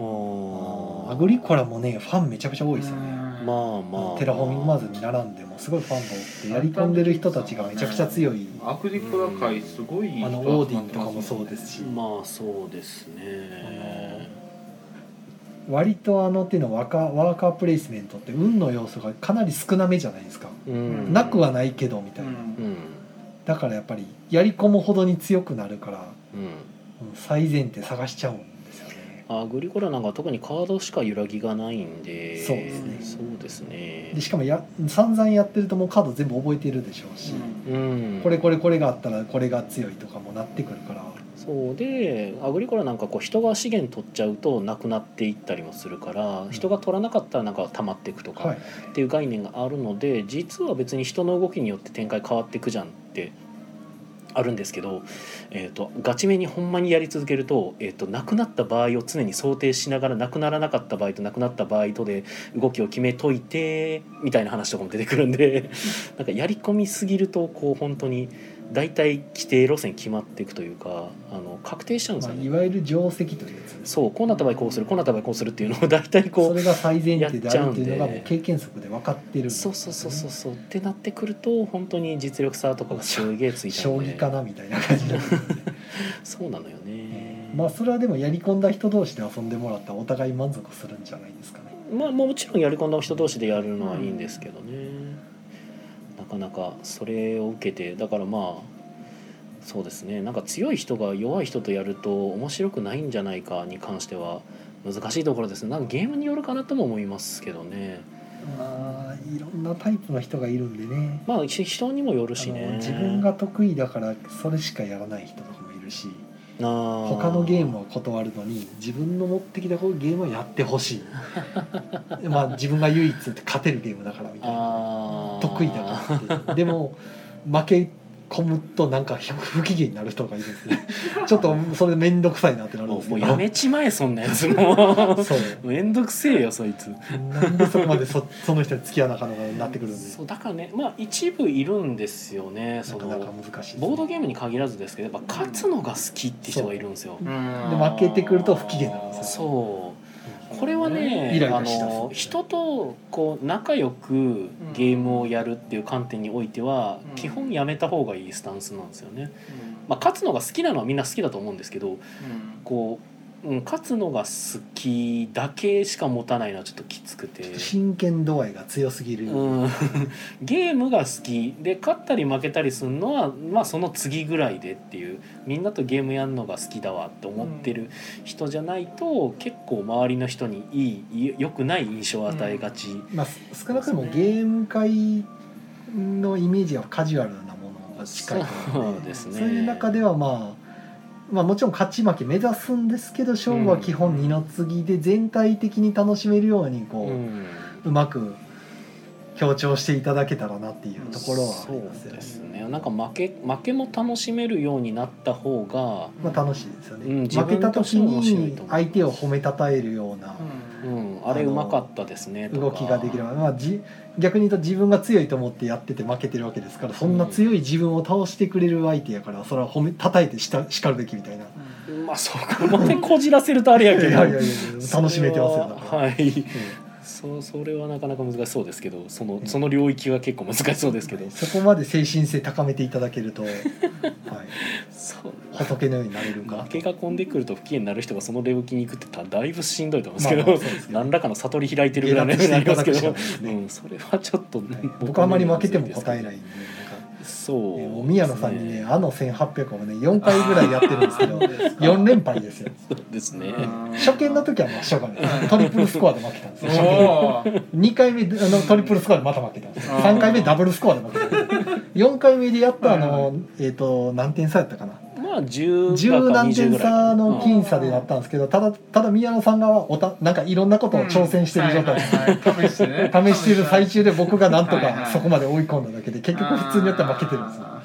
アあグリコラもねファンめちゃくちゃ多いですよねあ、まあまあ。テラフォーミングマーズに並んでもすごいファンが多くてやり込んでる人たちがめちゃくちゃ強いアクリコラ界すごいあのオーディンとかもそうですしまあそうですね。割とあのっていうのはワーカーワーカープレイスメントって運の要素がかなり少なめじゃないですかうん。なくはないけどみたういな、うんん。だからやっぱりやり込むほどに強くなるからうん。うん最前提探しちゃうんですよねあグリコラなんか特にカードしか揺らぎがないんで。そうですねそうですねでしかもや散々やってるともうカード全部覚えてるでしょうし、うん。これこれこれがあったらこれが強いとかもなってくるからそうでアグリコラなんかこう人が資源取っちゃうとなくなっていったりもするから人が取らなかったらなんか溜まっていくとか、はいっていう概念があるので実は別に人の動きによって展開変わっていくじゃんってあるんですけど、えー、とガチめにほんまにやり続けると,、えー、となくなった場合を常に想定しながらなくならなかった場合となくなった場合とで動きを決めといてみたいな話とかも出てくるんで なんかやり込みすぎるとこう本当に大体規定路線決まっていくというかあの確定しちゃうんですまあ、よいね。わゆる定石というやつそうこうなった場合こうするこうなった場合こうするっていうのを大体こうそれが最前提であるっていうやっのがちゃうんでもう経験則で分かってるんですそようねそうそうそうそうってなってくると本当に実力差とかがすげえついちゃ将うんで棋かなみたいな感じになるんでそうなのよね、まあそれはでもやり込んだ人同士で遊んでもらったらお互い満足するんじゃないですかねまあもちろんやり込んだ人同士でやるのはいいんですけどね、なかなかそれを受けてだからまあそうですねなんか強い人が弱い人とやると面白くないんじゃないかに関しては難しいところですねなんかゲームによるかなとも思いますけどねまあいろんなタイプの人がいるんでねまあひ人にもよるあしねの自分が得意だからそれしかやらない人とかもいるし他他のゲームは断るのに自分の持ってきたこういうゲームはやってほし いまあ自分が唯一勝てるゲームだからみたいな得意だからってでも負け込むとなんか不機嫌になる人がいるんで すねちょっとそれ面倒くさいなってなるんもでうすもけうどやめちまえそんなやつもそううめんどくせえよそいつなんでそこまでそその人に付き合わなあかんのかなってくるんでそうだからねまあ一部いるんですよねなそかなかの難しいですねボードゲームに限らずですけどやっぱ勝つのが好きって人がいるんですよで負けてくると不機嫌なんですよそうこれはねイライあラしだすの人とこう仲良くゲームをやるっていう観点においてはうん基本やめた方がいいスタンスなんですよね、まあ、勝つのが好きなのはみんな好きだと思うんですけどこう、うん、勝つのが好きだけしか持たないのはちょっときつくて真剣度合いが強すぎる、うん、ゲームが好きで勝ったり負けたりするのは、まあ、その次ぐらいでっていうみんなとゲームやるのが好きだわって思ってる人じゃないと、結構周りの人にいいい良くない印象を与えがち、まあ、す少なくともゲーム界のイメージはカジュアルなものがしっかりとあるのそうですねそういう中では、まあ、まあもちろん勝ち負け目指すんですけど勝負は基本二の次で全体的に楽しめるようにこう、ううんまく強調していただけたらなっていうところはあそりますうよでね。すねなんか負け負けも楽しめるようになった方が、まあ、楽しいですよね、うん自負け分たとして時も面白いと思いにます相手を褒めたたえるようなうん、あれうまかったですねとか動きができれば、まあ、じ逆に言うと自分が強いと思ってやってて負けてるわけですからそんな強い自分を倒してくれる相手やからそれは褒め叩いてした叱るべきみたいな。まあそこまでこじらせるとあれやいやけいどやいや楽しめてますよだから、はいええそそれはなかなか難しそうですけどそのその領域は結構難しそうですけどそこまで精神性高めていただけると、はい、そう仏のようになれるかな負とけが込んでくると不機嫌になる人がその領域に行くってただいぶしんどいと思うんですまけあど、まあそうですけど何らかの悟り開いてるぐ下らいの落レベしルにないりますてただけど くしかないですうねん、それはちょっと、はい僕あんまり負けても答えないいんでなんそう、か、えお宮野さんにね「あの1800」をね4回ぐらいやってるんですけど4連敗ですよそうですね初見の時はまあしょうがないトリプルスコアで負けたんです およ初見おー2回目あのトリプルスコアでまた負けたんですよあー3回目ダブルスコアで負けたんですよ4回目でやったあはいのえっと何点差やったかなまあ10十だか何20点ぐらいかな差の僅差でやったんですけどただただ宮野さんがおたなんかいろんなことを挑戦してる状態うんはいはいはい試してね試してる最中で僕がなんとはいはかいそこまで追い込んだだけで結局普通にやったら負けてるんですよあ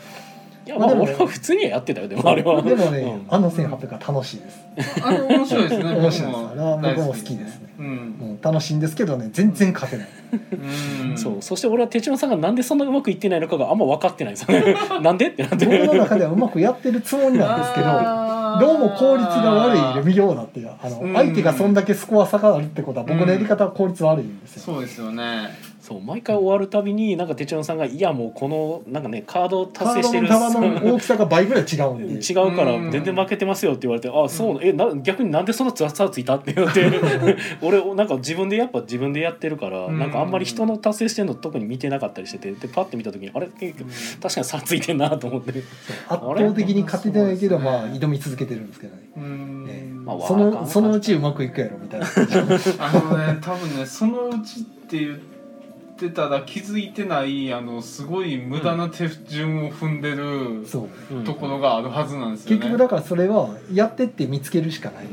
いやまあまあでも俺は普通にはやってたよでもあれはでもね、うんあの1800が楽しいです、ーあれ面白いですね面白いです僕もあれは僕も好き大ですねうんうん、楽しいんですけどね全然勝てないうんそうそして俺は手順さんがなんでそんなうまくいってないのかがあんま分かってないんですよねなんでってなって僕の中ではうまくやってるつもりなんですけどどうも効率が悪いい微妙なっていうあのうん相手がそんだけスコア差があるってことは僕のやり方は効率悪いんですよ、そうですよねそう毎回終わるたびになんか手順さんが「いやもうこのなんかねカードカ達成しードてのる玉の大きさが倍ぐらい違うんで違うから全然負けてますよって言われて「あそうえな逆になんでそんな雑さついた?」って言って俺なんか自分でやっぱ自分でやってるからうんなんかあんまり人の達成してるの特に見てなかったりしててでパッて見た時にあれ結局確かに差ついてんなと思って圧倒的に勝ててないけどあれまあ挑み続けてるんですけどねうんええまあそわかんのないそのうちうまくいくやろ みたいな感じあのね多分ねそのうちって言ってたら気づいてないあのすごい無駄な手順を踏んでるそううんところがあるはずなんですよ結ね。局だからそれはやってって見つけるしかない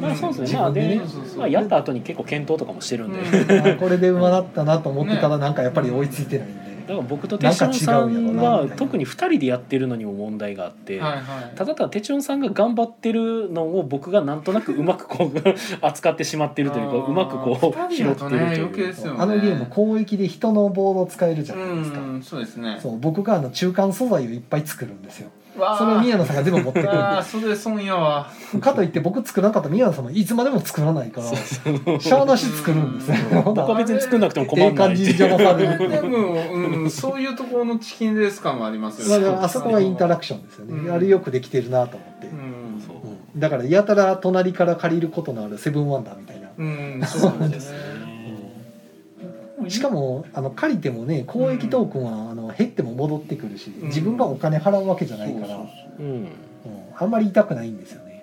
まあそうです自ねまあ分でねでそうそうそうまあやった後に結構検討とかもしてるんでう。んあこれで馬だったなと思ってたらなんかやっぱり追いついてないんだでから僕と手順さんなんか違うやろなはみたいな特に2人でやってるのにも問題があって、はいはい。ただただ手順さんが頑張ってるのを僕がなんとなくうまくこう扱ってしまってるというかあーうまくこう二拾人っだてとるねという余計ですよねあのゲーム攻撃で人のボードを使えるじゃないですかうんそうですね。そう僕があの中間素材をいっぱい作るんですよわあそれを宮野さんが全部持ってくるんああでそれ損やわ。すかといって僕作らなかったら宮野さんもいつまでも作らないからしゃあなし作るんですようんほん僕はな別に作んなくてもえ困えんない感ってじ いにう邪魔さあれれでるも、うん、そういうところのチキンレース感はありますまあよでね。もあそこはインタラクションですようんねあれよくできてるなと思ってうん。そううんだからやたら隣から借りることのあるセブンワンダーみたいな、うん、そうですね。しかもあの借りてもね公益トークンはあの減っても戻ってくるし、うん自分がお金払うわけじゃないから、そうそううんうんあんまり痛くないんですよね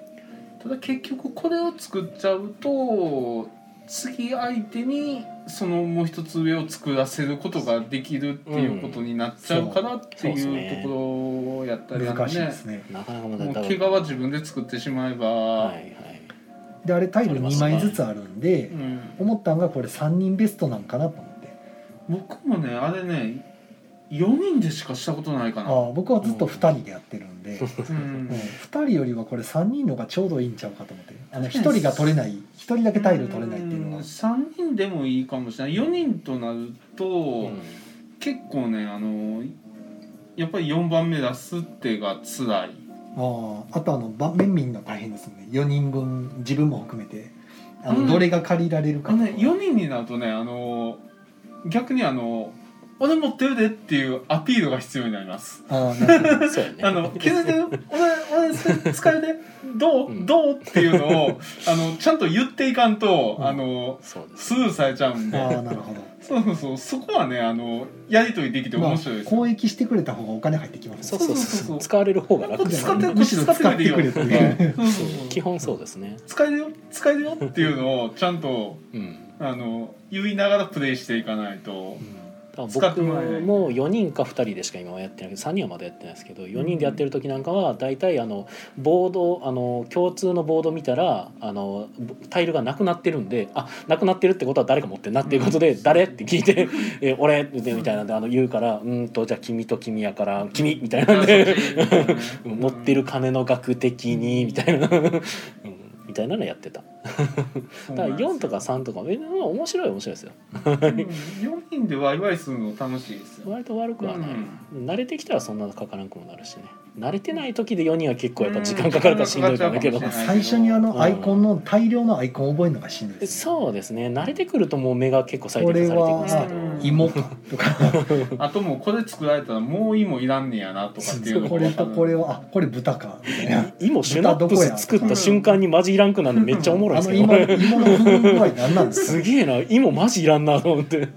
ただ結局これを作っちゃうと次相手にそのもう一つ上を作らせることができるっていうことになっちゃうからってうんそうでいすねうところをやったりなん難しいでねすねなかなかまだもうだから怪我は自分で作ってしまえはいばはいであれタイル2枚ずつあるんで、うん思ったんがこれ3人ベストなんかなと思って僕もねあれね4人でしかしたことないかなああ僕はずっと2人でやってるんで、うんうん2人よりはこれ3人のがちょうどいいんちゃうかと思ってあの1人が取れない1人だけタイル取れないっていうのが3人でもいいかもしれない4人となると、うん結構ねあのやっぱり4番目出すってが辛いあああとあの場面面が大変ですもんね4人分自分も含めてあの、うんどれが借りられるかあとのかね4人になるとねあの逆にあの「俺持ってるで」っていうアピールが必要になりますああなるほそうやねあの「気づいてる俺俺それ使えてどうんうどう?」っていうのをあのちゃんと言っていかんと、うんあのそうですスルーされちゃうんどでああなるほどそうそうそうそこはねあのやりと りできてまあ面白いです、交易してくれた方がお金入ってきますそねうそうそうそうそそうう使われる方が楽こでれすよね使ってこれ使ってくれていいよむしろ使ってくれっていそうそうそう基本そうですね使えるよ使えるよっていうのをちゃんとうんあの言いながらプレイしていかないとうん使っ僕てもらえないも4人か2人でしか今はやってないけど3人はまだやってないですけど4人でやってる時なんかは大体あのボードあの共通のボード見たらあのタイルがなくなってるんであなくなってるってことは誰か持ってんなっていうことで「誰?」って聞いて 「え俺」みたいなんであの言うから「うんとじゃあ君と君やから君」みたいなんで「うん 持ってる金の額的に」みたいな、うん、みたいなのやってた。そだうからなんですよ4とか3とかえでも面白いは面白いですよ。うん4人でワイワイするの楽しいですよ。割と悪くはない、う慣れてきたらそんなかからんくもなるしね慣れてない時で4人は結構やっぱ時間かかるからしんどいと思うけど、うんかかっちゃうかもし最初れないにあのアイコンの大量のアイコン覚えるのがしんどいですそうですね慣れてくるともう目が結構最適化されていくんですけどこれは芋 かとかあともうこれ作られたらもういもいらんねやなとかっていうのが これとこれわはあこれ豚かみたいな芋シュナップス作った瞬間にマジいらんくなるのめっちゃおもろいあんですのけど芋芋の風味具合何なんですかすげえな芋マジいらんなと思って、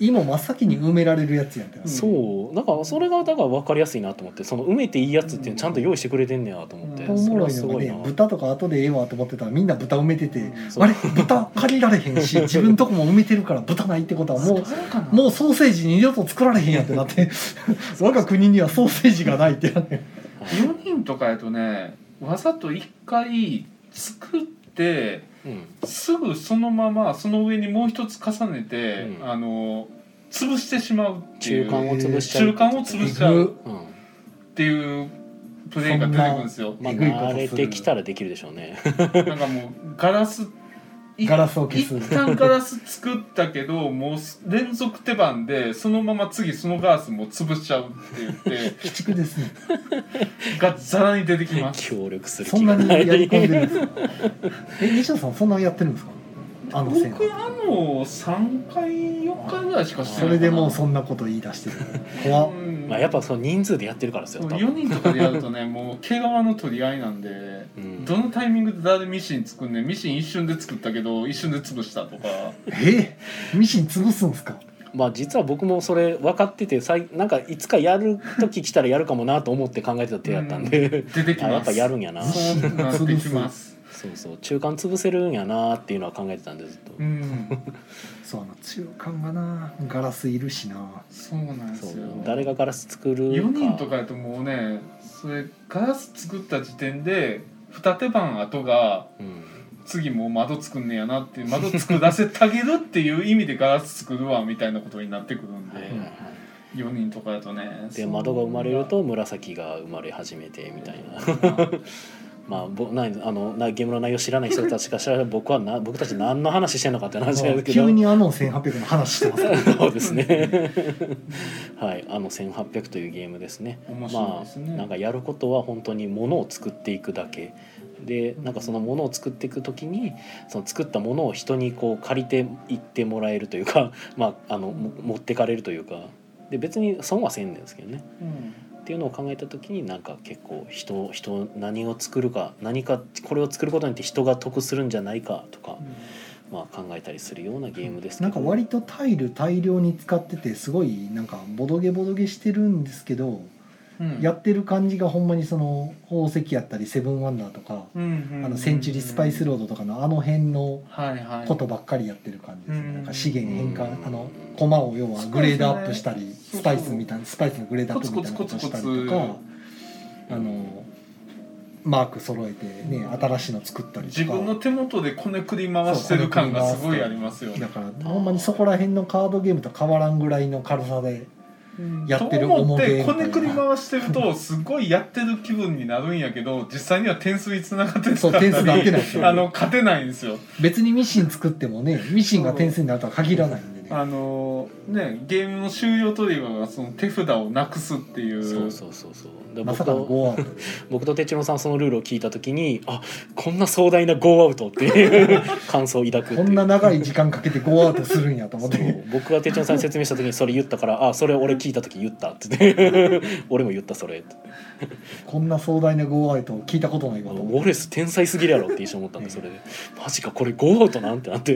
芋真っ先に埋められるやつやんってなそうなんかそれがだから分かりやすいなと思ってその埋めていいやつっていうのちゃんと用意してくれてんねやと思って、うんおそもれろはいすのがごいねな、豚とか後でええわと思ってたらみんな豚埋めててそうあれ豚借りられへん し自分とこも埋めてるから豚ないってことはもううもうソーセージ二度と作られへんやってなって我が国にはソーセージがないってなってはい4人とかやとねわざと1回作ってうんすぐそのままその上にもう一つ重ねて、うんあの潰してしまうってい中う間を潰しちゃう中間を潰しちゃううんっていうプレイが出てくるんですよまあえぐいことす慣るれてきたらできるでしょう ね。なんかもうガラスいガラスを消一す旦ガラス作ったけどもう連続手番でそのまま次そのガラスも潰しちゃうって言 って鬼畜ですねがっざらに出てきます協力するそん気ながになやい。り込んでる んですかえ西野さんそんなやってるんですかあの線僕あの3回4回ぐらいしかしてそないれでもううそんなこと言い出してる怖っんまあやっぱその人数でやってるからですよ。多分4人とかでやるとね もう毛皮の取り合いなんでうんどのタイミングで誰ミシン作んねんミシン一瞬で作ったけど一瞬で潰したとかえミシン潰すんですかまあ実は僕もそれ分かってて、さいなんかいつかやる時来たらやるかもなと思って考えてた手やったんで、出て きあやまっぱすやるんやな。 そそうなってきますうそう中間潰せるんやなっていうのは考えてたんでずっとう。んそうあの中間がなガラスいるしなそうなんでそすうよ誰がガラス作るか。 4人とかやともうねそれガラス作った時点で二手番後がうん。次もう窓作んねやなっていう窓作らせてあげるっていう意味でガラス作るわみたいなことになってくるんはいで、はいはい4人とかやとねで窓が生まれると紫が生まれ始めてみたいな。 まあ、ぼないあのなゲームの内容知らない人たちからしたら僕はな僕たち何の話してんのかって話なんですけど 急にあの1800の話してますからそうですねはいあの1800というゲームですね面白いまですあね、なんかやることは本当にものを作っていくだけでなんかそのものを作っていく時にその作ったものを人にこう借りていってもらえるというか、 まあ、あのも持ってかれるというかで別に損はせんねんですけどねうんっていうのを考えた時になんか結構人人何を作るか何かこれを作ることによって人が得するんじゃないかとか、まあ、考えたりするようなゲームですけなどんか割とタイル大量に使っててすごいなんかボドゲボドゲしてるんですけど、うんやってる感じがほんまにその宝石やったりセブンワンダーとか、うんうんうんあのセンチュリースパイスロードとかのあの辺のはいはいことばっかりやってる感じですね、うんなんか資源変換、うんあの駒を要はグレードアップしたり、そうですねスパイスみたいなスパイスのグレードアップみたいなことコツしコツコたツりコツとかあのマーク揃えてね新しいの作ったりとか自分の手元でこねくり回してる感がすごいありますよだねからほんまにそこら辺のカードゲームと変わらんぐらいの軽さでやってると思っ重げてみたこいなねくり回してるとすごいやってる気分になるんやけど実際には点数につながってなかそうった点数になってないです あよの勝てないんですよ別にミシン作ってもねミシンが点数になるとは限らないんでねあのねゲームの終了トリガーがその手札をなくすっていうそうそうそうそうでま僕さかのと5アウトで僕と哲郎さんそのルールを聞いた時にあこんな壮大なゴーアウトっていう感想を抱くっていうこんな長い時間かけて5アウトするんやと思っそてう僕が哲郎さんに説明した時にそれ言ったから「あそれ俺聞いた時言った」って言って 俺も言ったそれ」ってこんな壮大な5アウト聞いたことないウわと思っォレス天才すぎるやろって一瞬思ったんでそれでマジかこれゴーアウトなんてなって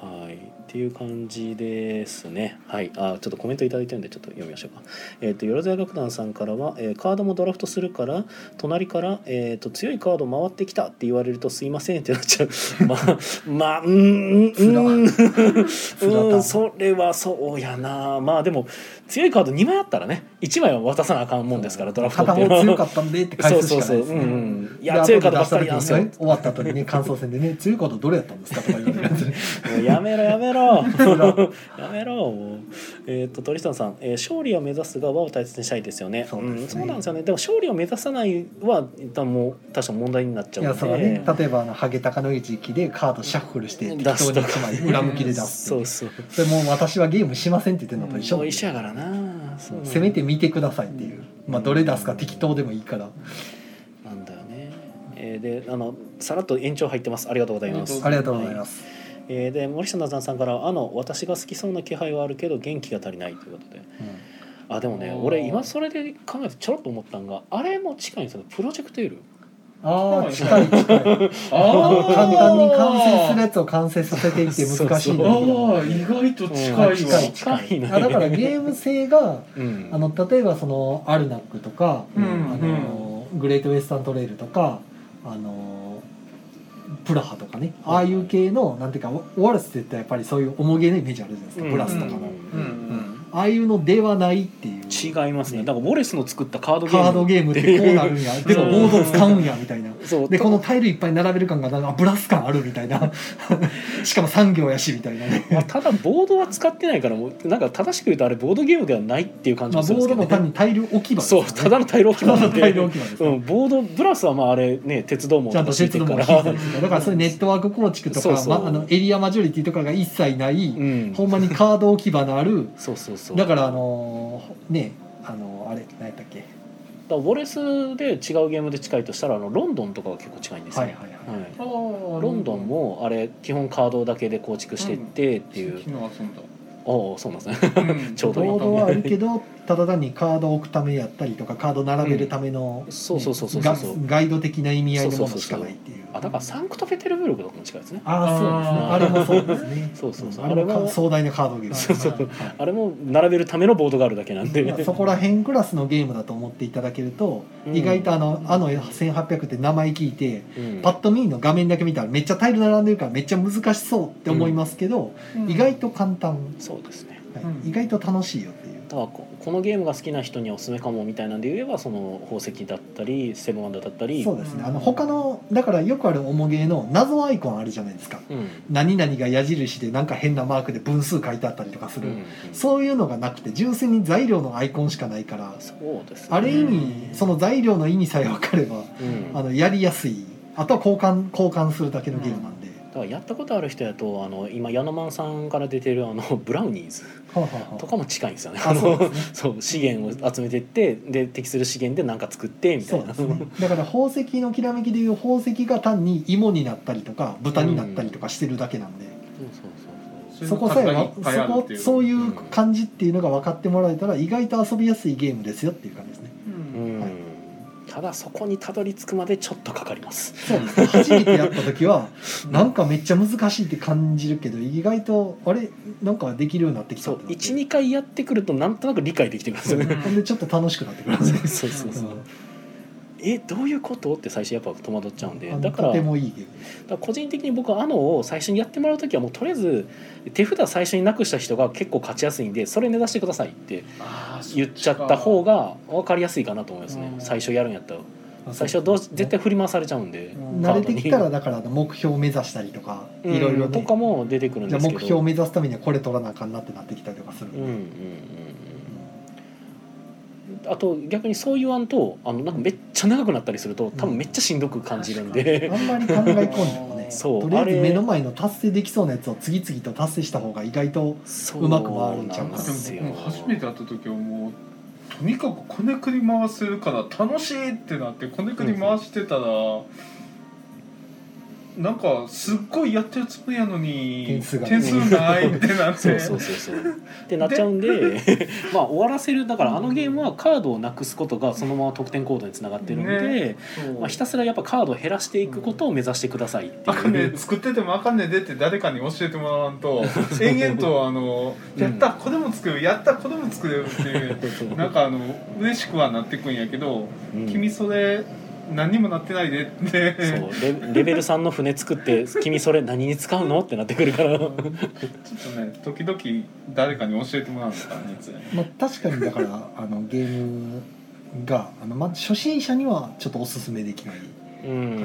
はいっっていう感じですね。はい、あちょっとコメントいただいてるんでちょっと読みましょうか。えっ、とよろずや楽団さんからは、えーカードもドラフトするから隣から、えー、と強いカード回ってきたって言われるとすいませんってなっちゃう。 まあまあうーんうーん うらんそれはそうやなまあでも強いカード2枚あったらね1枚は渡さなあかんもんですからドラフトって片いう方のは強かったんでって返すしかないでそうそうすそううんねうんいや強い方ばっかりなんですよで後で出した時にね終わった後にね感想戦でね強い方どれやったんですかとか言われるやつねもうやめろやめろら やめろもうえーっとトリスタンさん、えー勝利を目指すが和を大切にしたいですよねそうですねん、そうなんですよねでも勝利を目指さないは一旦もう確か問題になっちゃいうのやでそれはね例えばあのハゲ高の一機でカードシャッフルして適出す当とにか一枚裏向きで出すそっていううそうそれもう私はゲームしませんって言ってるのと一緒もう一緒やからなそうなんだせめて見てくださいっていうまあどれ出すか適当でもいいからなんだよねえーであのさらっと延長入ってますありがとうございますありがとうございますえーで森下奈々さんからは「あの私が好きそうな気配はあるけど元気が足りない」ということであでもねあー俺今それで考えてちょろっと思ったんがあれも近いんですよねプロジェクト L あはあい近い近いあー簡単に完成するやつを完成させていって難しいんだけあどあ意外と近いわ、うん近近い近いいねあだからゲーム性がうんあの例えばそのアルナックとか、うんあのグレートウェスタントレイルとかあのプラハとかねああいう系のなんていうかオオアルスって言ったらやっぱりそういう重げのイメージあるじゃないですか、ブラスとかの、うんううんんああいうのではないっていう違いますねだからウォレスの作ったカードゲームカードゲームってこうなるんやてかボード使うんやみたいなそうでとこのタイルいっぱい並べる感がなんかあブラス感あるみたいな しかも産業やしみたいなねまあ、ただボードは使ってないからもうなんか正しく言うとあれボードゲームではないっていう感じまあ、もするんでボーすけど、ドねも単にタイル置き場ですそうただの大量置き ただ場なのんでタイル置き場です、うん、ボードブラスはまああれね鉄道網ちゃんと鉄道も引いたり鉄道するだからそういうネットワーク構築とかそうそうまあ、あのエリアマジョリティとかが一切ない、うんほんまにカード置き場のあるそうそうそうだからあのーねあのーあれ何やったっけだからウォレスで違うゲームで近いとしたらあのロンドンとかは結構近いんですよ、はいねはいはい、はいあーロンドンもあれ基本カードだけで構築してってっていう、昨日遊んだ おおそうなんですね うんちょうどいいボードはあるけどただ単にカードを置くためやったりとかカード並べるための、うんそうそうそうそうガそうガイド的な意味合いのものしかないっていうあだからサンクトペテルブルクとかも近いですねああそうですねあれもそうですね そうそうそうあれあれもも壮大なカードゲー ムそうそうそうはいあれも並べるためのボードがあるだけなんで、まあそこら辺クラスのゲームだと思っていただけると、うん意外とあの「あの1800」って名前聞いて、うんパッと見の画面だけ見たらめっちゃタイル並んでるからめっちゃ難しそうって思いますけど、意外と簡単、そうですねはいうん意外と楽しいよっていう。だからここのゲームが好きな人にはおすすめかもみたいなんで言えばその宝石だったりセブンワンダーだったりそうですねあの他のだからよくある重げの謎アイコンあるじゃないですかうん、何々が矢印でなんか変なマークで分数書いてあったりとかすうる、ん、そういうのがなくて純粋に材料のアイコンしかないからそうですねある意うん味その材料の意味さえ分かればうん、あだかのやりやすいあとは交換交換するだけのゲームなんで、らやったことある人やとあの今ヤノマンさんから出てるあの ブラウニーズはあはあはあとかも近いんですよねあそうですね そう資源を集めてってで適する資源で何か作ってみたそいうなですねだから宝石のきらめきでいう宝石が単に芋になったりとか豚になったりとかしてるだけなんで、そうそうそうそそこさえういうの数がいはっぱいあるそこっていうそういう感じっていうのが分かってもらえたら意外と遊びやすいゲームですよっていう感じですねうそう、うんんはいただそこにたどり着くまでちょっとかかりますそうですね初めてやった時はなんかめっちゃ難しいって感じるけど意外とあれなんかできるようになってきたそっうてなって12回やってくるとなんとなく理解できてくるんですよねほんでちょっと楽しくなってくるんです よそうそうそうえどういうことって最初やっぱ戸惑っちゃうんであのだからとてだかもいいゲームですら個人的に僕はあのを最初にやってもらう時はもうとりあえず手札最初になくした人が結構勝ちやすいんでそれ目指してくださいってあー言っちゃった方がが分かりやすいかなと思いますねうん最初やるんやったら最初どうし絶対振り回されちゃうんでうん慣れてきたらだからあの目標を目指したりとかいろいろうんとねかも出てくるんじゃであすけ目ど標を目指すためにはこれ取らなあかんなってなってきたりとかするんうんうんで、うんあと逆にそう言わんとあのなんかめっちゃ長くなったりすると多分めっちゃしんどく感じるんで、あんまり考え込んでもね そうとりあえあれず目の前の達成できそうなやつを次々と達成した方が意外とそうまく回るんちゃうかななんですでよももう初めて会った時はもうとにかくこねくり回せるから楽しいってなってこねくり回してたら、なんかすっごいやったやつもやのに点数が点数ないってなってそうそうそうそうってなっちゃうんで まあ終わらせるだからあのゲームはカードをなくすことがそのまま得点行動につながってるんで、そうまあ、ひたすらやっぱカードを減らしていくことを目指してくださいってあかんいね う。作っててもあかんねでって誰かに教えてもらわん と延々とあの「やったこれも作るやったこれも作る」って いうなんかあの嬉しくはなってくんやけどうん「君それ何にもなってないで」ってそうレレベル3の船作って「君それ何に使うの?」ってなってくる から ちょっとね時々誰かに教えてもらうんですからねいつねまあ、確かにだから あのゲームがあの、まあ、初心者にはちょっとおすすめできない、うん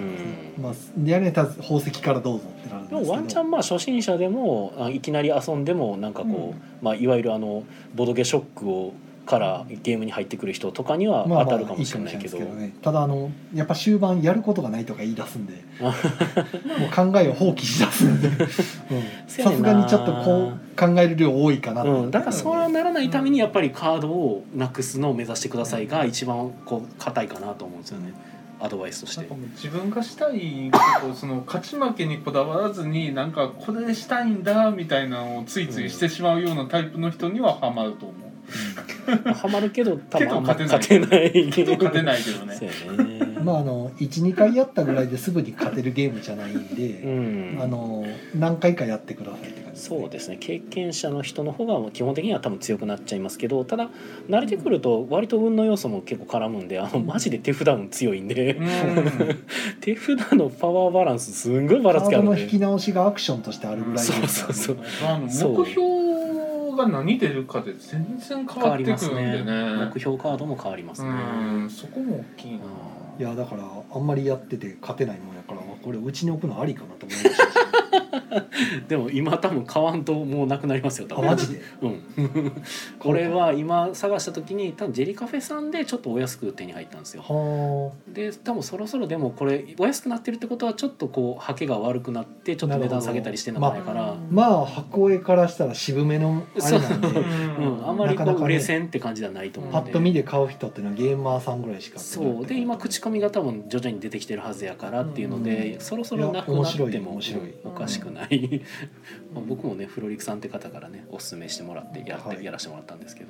まあ、やれたら宝石からどうぞってなるんでですけもどワンチャンまあ初心者でもあいきなり遊んでもなんかこう、うんまあ、いわゆるあのボドゲショックをからゲームに入ってくる人とかにはま当あまたあるかもしれないけどいいかもしれないですけどねただあのやっぱ終盤やることがないとか言い出すんでもう考えを放棄しだすんでうんせや さねんすながにちょっとこう考える量多いかなってうん、だからそうならないためにやっぱりカードをなくすのを目指してくださいが一番こう硬いかなと思うんですよねアドバイスとしなんてか。もう自分がしたいことをその勝ち負けにこだわらずになんかこれしたいんだみたいなのをついついしてしまうようなタイプの人にはハマると思 う。まあハマるけど多け分どあんま勝勝ててないけど勝てないけどね そうやね。まああの12回やったぐらいですぐに勝てるゲームじゃないんうで、ん、あの何回かやってくださいって感じですねそうですね経験者の人の方が基本的には多分強くなっちゃいますけどただ慣れてくると割と運の要素も結構絡むんであのマジで手札運強いんでうん 手札のパワーバランスすんごいばらつきカあーるドんので引き直しがアクションとしてあるぐらいですからそうそうそうあの目そう標が何出るかで全然変変わわってりくるまんですねね目標カードも変わりますね。うんそこも大きいなういやだからあんまりやってて勝てないもんやからこれうちに置くのありかなと思いましたしでも今多分買わんともうなくなりますよ多 あ分マジでうんこれは今探した時に多分ジェリカフェさんでちょっとお安く手に入ったんですよはで多分そろそろでもこれお安くなってるってことはちょっとこうハケが悪くなってちょっと値段下げたりしてんのじゃないから、あまあ箱絵からしたら渋めのあれなんでそううんうん、あんまりこなかなうか売ねれ線って感じではないと思パうんでッと見で買う人っていうのはゲーマーさんぐらいしかそうで今口コミが多分徐々に出てきてるはずやからっていうので、うんそろそろなくなっていやも面白い面白いおかしくない、まあ僕もねフロリクさんって方からねおすすめしてもらってやって、はいやらせてもらったんですけど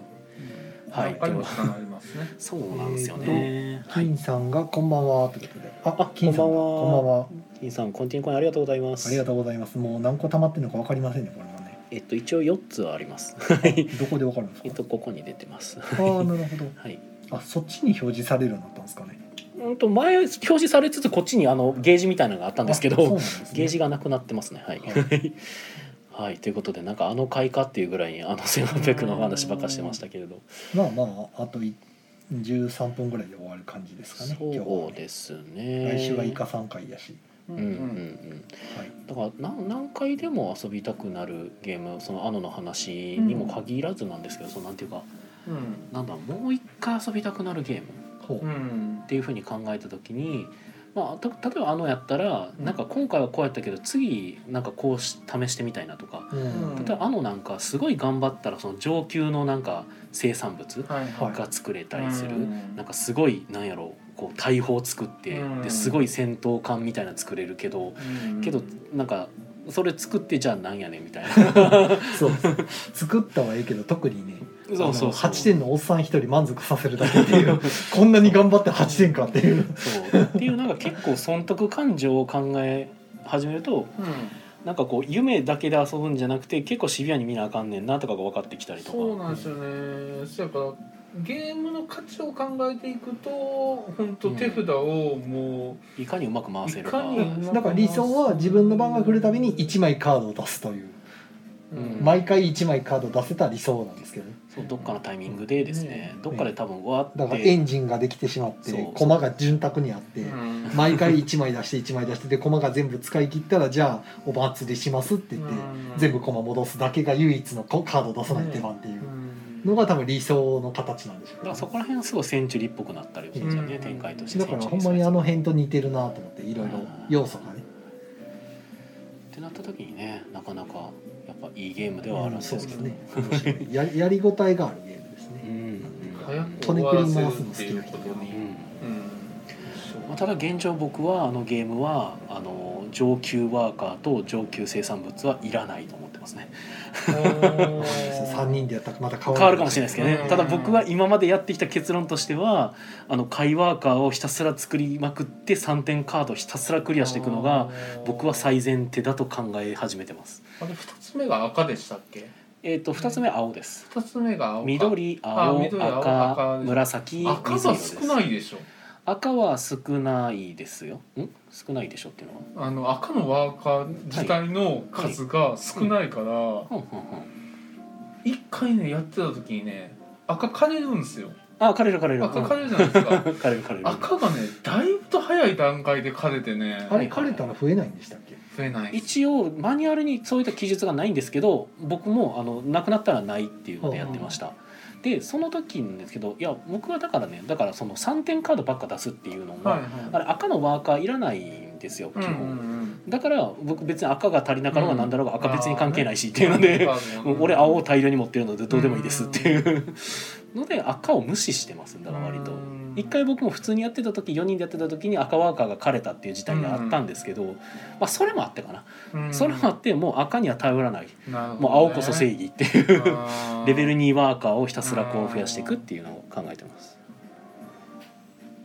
ははいい他にも下がありますねそうなんですよね、はい金さんが「こんばんは」ってことで「ああ金さんがここんんばばんんはは金さんコンティニューコインありがとうございますありがとうございますもう何個溜まってるのか分かりませんねこれもねえっと一応4つはありますどこで分かるんですえかっとここに出てますああなるほどはいあそっちに表示されるようになったんですかねうんと前表示されつつこっちにあのゲージみたいなのがあったんですけあそうなんどですねゲージがなくなってますねはい、ははい、ということでなんかあの回かっていうぐらいにあの1800の話ばっかしてましたけれどまあまああとい13分ぐらいで終わる感じですかね今日はそうですね来週はイカ3回やし、ううんうんうんはい、だから何何回でも遊びたくなるゲームそのあのの話にも限らずなんですけど、そのなんていうかうんなんだもう一回遊びたくなるゲームほう、うんっていうふうに考えた時に、まあ、た例えばあのやったら、うんなんか今回はこうやったけど次なんかこうし試してみたいなとかうんうん例えばあのなんかすごい頑張ったらその上級のなんか生産物はいはが作れたりする、うんなんかすごいなんやろうこう大砲作って、うんですごい戦闘艦みたいなの作れるけど、うんけどなんかそれ作ってじゃあなんやねんみたい なそう 作ったはいいけど特にねそうそうそう8点のおっさん一人満足させるだけっていう こんなに頑張って8点かっていうそうっていうなんか結構損得感情を考え始めるとうんなんかこう夢だけで遊ぶんじゃなくて結構シビアに見なあかんねんなとかが分かってきたりとかそうなんですよねそやからゲームの価値を考えていくと本当手札をもいかにうまく回せるいかかにだから理想は自分の番が来るたびに1枚カードを出すというう、うん毎回1枚カード出せた理想なんですけどねそうどっかのタイミングでですね、うんどっかで多分わーだっからて、エンジンができてしまってそう駒が潤沢にあってうん毎回1枚出して1枚出してで駒が全部使い切ったらじゃあお祭りしますって言ってうん全部駒戻すだけが唯一のこカード出さない手番っていううんのが多分理想の形なんでしだかょうねらそこら辺はすごいセンチュリーっぽくなったりするんですよね、うん展開としてだからほんまにあの辺と似てるなと思っていろいろ要素がねってなった時にねなかなかやっぱいいゲームではあるんですけど、うんそうですね面白いや やりごたえがあるゲームですうねん早くト終ネわクらリせ回るすのっ好てきいなうこ人とうにんうんまあ、ただ現状僕はあのゲームはあの上級ワーカーと上級生産物はいらないと思ってますね3人でやったらまた変変わるわるかもしれないですけどねうんただ僕は今までやってきた結論としてはあの会ワーカーをひたすら作りまくって3点カードひたすらクリアしていくのが僕は最前提だと考え始めてますあれ二つ目が赤でしたっけえっ、と2つ目青です二つ目が青か緑あ青緑青赤赤紫赤が水色です少ないでしょ赤は少ないですよん少ないでしょっていうのはあの赤のワーカー自体の数が少ないから、ふんふんふん一回ねやってた時にね赤枯れるんですよあ枯れる枯れるう赤ん枯れるじゃないですか枯れる枯れる赤がねだいぶと早い段階で枯れてねあれ枯れたら増えないんでしたっけ増えない一応マニュアルにそういった記述がないんですけど僕もあのなくなったらないっていうのでやってました、でその時にですけどいや僕はだからねだからその3点カードばっか出すっていうのも、はいあはれ赤のワーカーいらないんですよい基本、うんうんだから僕別に赤が足りなかろうが何だろうがうん赤別に関係ないしっていうので、 もう俺青を大量に持ってるのでどうでもいいですっていうので赤を無視してますだから割と。一回僕も普通にやってた時4人でやってた時に赤ワーカーが枯れたっていう事態があったんですけど、まあ、それもあってかな、それもあってもう赤には頼らないもう青こそ正義義っていう レベルに2ワーカーをひたすらこう増やしていくっていうのを考えてます。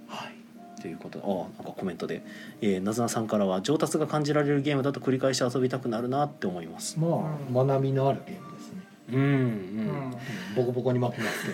はいということであなんかコメントで、えー、なずなさんからは「上達が感じられるゲームだと繰り返し遊びたくなるな」って思います。まあ学びのあるゲームですねうんうんうんボコボコに負けます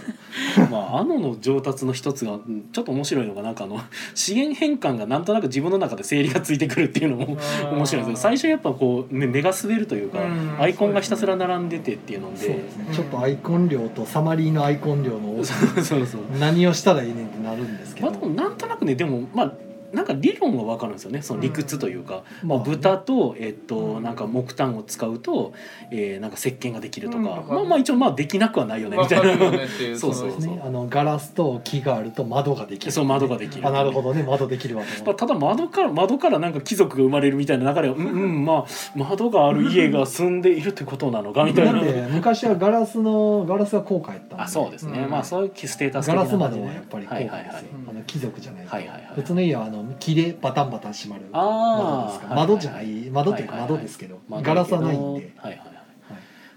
けどまあ、あのの上達の一つがうんちょっと面白いのがなんかあの 資源変換がなんとなく自分の中で整理がついてくるっていうのも面白いですけど最初やっぱこう、ね、目が滑るというかうんアイコンがひたすら並んでてっていうのそうでですねちょっとアイコン量とサマリーのアイコン量 の多さそうそう何をしたらいいねんってなるんですけまどあでもなんとなくねでもまあなんか理論は分かるんですよねその理屈というか、まあ、豚と,、えっとうんなんか木炭を使うと、えーなんか石鹸ができるとか、うんまあまあ一応まあできなくはないよねみみたたいいな、なそうそうねあのガラスと木があると窓ができ る、そう窓ができるあなるほどね窓できるわとまあ、思ただ窓から窓からなんか貴族が生まれるみたいな流れはうん うんまあ窓がある家が住んでいるってことなのかみってたいだっなて昔はガラスのガラスが高価やったんであそうですね、うんまあそういうステータスガ的なラ感じでス窓はやっぱり高は価いですよ、はいはいあの貴族じゃないと、はいはいはい別の家はあの木でバタンバタン閉まる窓あですあから窓じゃない窓っていうかはいはいはい窓ですけど、ガラスはないんで、はいはいはいっ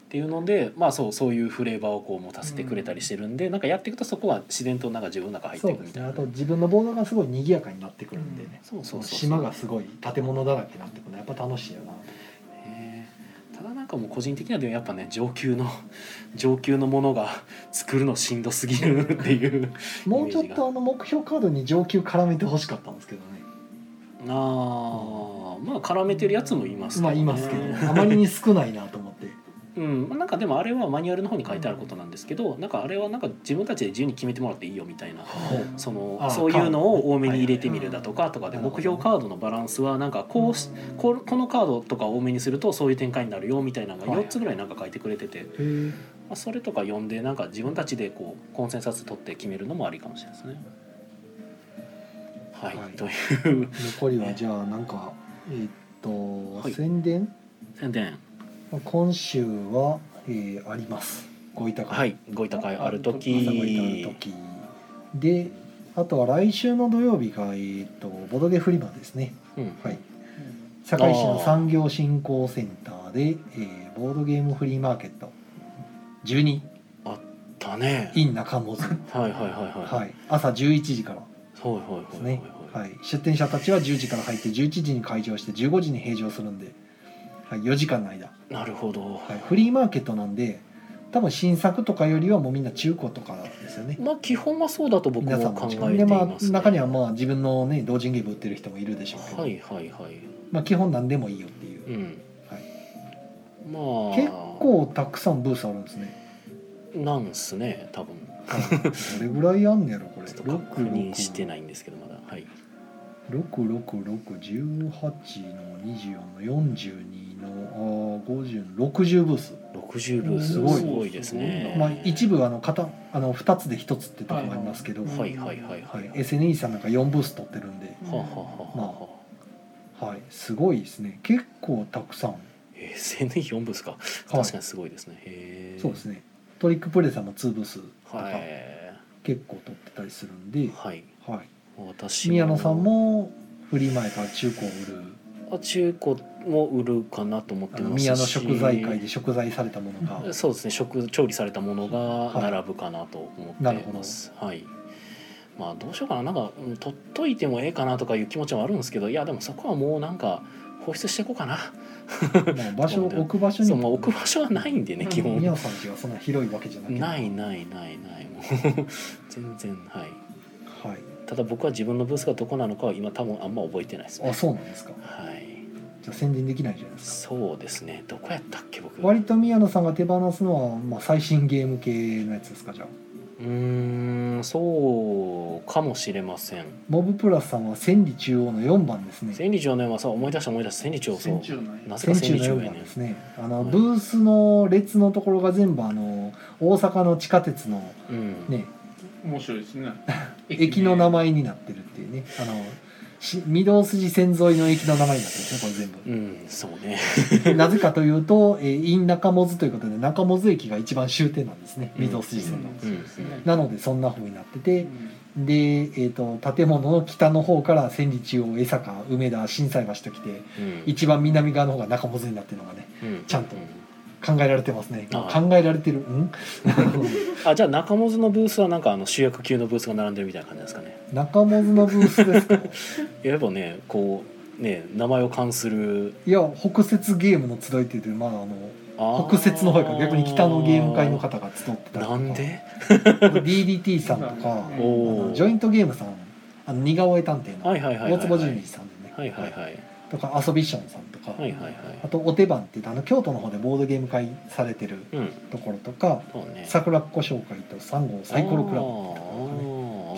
ていうので、まあ、そうそういうフレーバーをこう持たせてくれたりしてるんで、なんかやっていくとそこは自然となんか自分の中入ってそいうくでみすたねいなあと自分のボードがすごい賑やかになってくるんでね、そうそうそうそう島がすごい建物だらけになってくるのやっぱ楽しいよなへーただなんかもう個人的にはでもやっぱね上級の 上級のものが作るのしんどすぎるっていうもうちょっとあの目標カードに上級絡めてほしかったんですけどねあーまあ絡めてるやつもいますまあいますけねどあまりに少ないなと思ってうん、なんかでもあれはマニュアルの方に書いてあることなんですけど、なんかあれはなんか自分たちで自由に決めてもらっていいよみたいなそのあそういうのを多めに入れてみるだとかとかでなる目ほど標カードのバランスはなんかこうしここのカードとかを多めにするとそういう展開になるよみたいなのがはい4つぐらいなんか書いてくれてて、まへえあ、それとか読んでなんか自分たちでこうコンセンサス取って決めるのもありかもしれないですね。はい、はいという 残りはじゃあなんか えーっと、はい宣伝宣伝今週は、えーありますご委託はいご委託会ある朝ご委託ある時時であとは来週の土曜日がえーっとボドゲフリマですねうんはい堺市の産業振興センターでえーボードゲームフリーマーケット12だね in 中本はいはいはいはいはい朝11時からはいはいはいですはいね、はい、出店者たちは10時から入って11時に開場して15時に閉場するんで、はい、4時間の間、なるほど、はい、フリーマーケットなんで多分新作とかよりはもうみんな中古とかですよねまあ基本はそうだと僕皆さもん考のえています、ね、時間で、まあ、中にはまあ自分のね同人ゲーム売ってる人もいるでしょうけど、はいはいはいまあ、基本何でもいいよっていう、うん、はまあい結構たくさんブースあるんですねなんすね多分どれぐらいあんねやろこれちょっと確認してないんですけどまだはい6618の24の42の5060ブース60ブースすすごいごいですねまあ、一部あの片あの2つで1つってとこもありますけど、ははいはいいはいははいいはい SNE さんなんか4ブース取ってるんで、ははははははい、すごいですね結構たくさん、えー、1004ブースかはい確かにすごいですねへえそうですねトリックプレイさんも2ブースとかはい結構取ってたりするんで、はいはい、私も宮野さんもフリー前から中古を売るあは中古も売るかなと思ってあのますし宮の食材会で食材されたものがそうですね食調理されたものが並ぶかなと思なっるてほどます、はいまあどうしようかななんかうん取っといてもええかなとかいう気持ちもあるんですけどいやでもそこはもうなんか放出していこうかなまあ場所を置く場所にそう、まあ、置く場所はないんでねうん基本宮野さん家はそんな広いわけじゃなくてないないないないもう 全然はいはいただ僕は自分のブースがどこなのかは今多分あんま覚えてないですあねそうなんですかはいじゃあ宣伝できないじゃないですかそうですねどこやったっけ僕割と宮野さんが手放すのは、まあ、最新ゲーム系のやつですかじゃあうーんそうかもしれませんモブプラスさんは千里中央の4番ですね千里長の山さ思い出した思い出した千里長そ船う長なんやなぜか千里千中里長の4や番ねんですねあの、はいブースの列のところが全部あの大阪の地下鉄のうん、ね面白いですね駅の名前になってるっていうねあのし御堂筋線沿いの駅の名前になってるんですねこれ全部うん、そうね なぜかというと、えー、in 中本ということで中本駅が一番終点なんですねうん御堂筋線の、うんうんなのでそんな風になっててうんで、えー、と建物の北の方から千里中央江坂梅田心斎橋と来てうん一番南側の方が中本になってるのがねうんちゃんとう考えられてますね考あーえられてるうん あじゃあ中本のブースはなんかあの主役級のブースが並んでるみたいな感じなんですかね中本のブー スですかやっぱねこうね名前を冠するいや北節ゲームの集いっていうまああのあー北節の方から逆に北のゲーム会の方が集ってたりとなかん で DDT さ んとかあおーのジョイントゲームさんあの似顔絵探偵のはいはいはいはい大はい坪純二さんでね、はいはいはいとか遊びションさんとか、はいはいはいあとお手番って言ってあの京都の方でボードゲーム会されてるうんところとかそうね桜っ子紹介と三号サイコロクラブ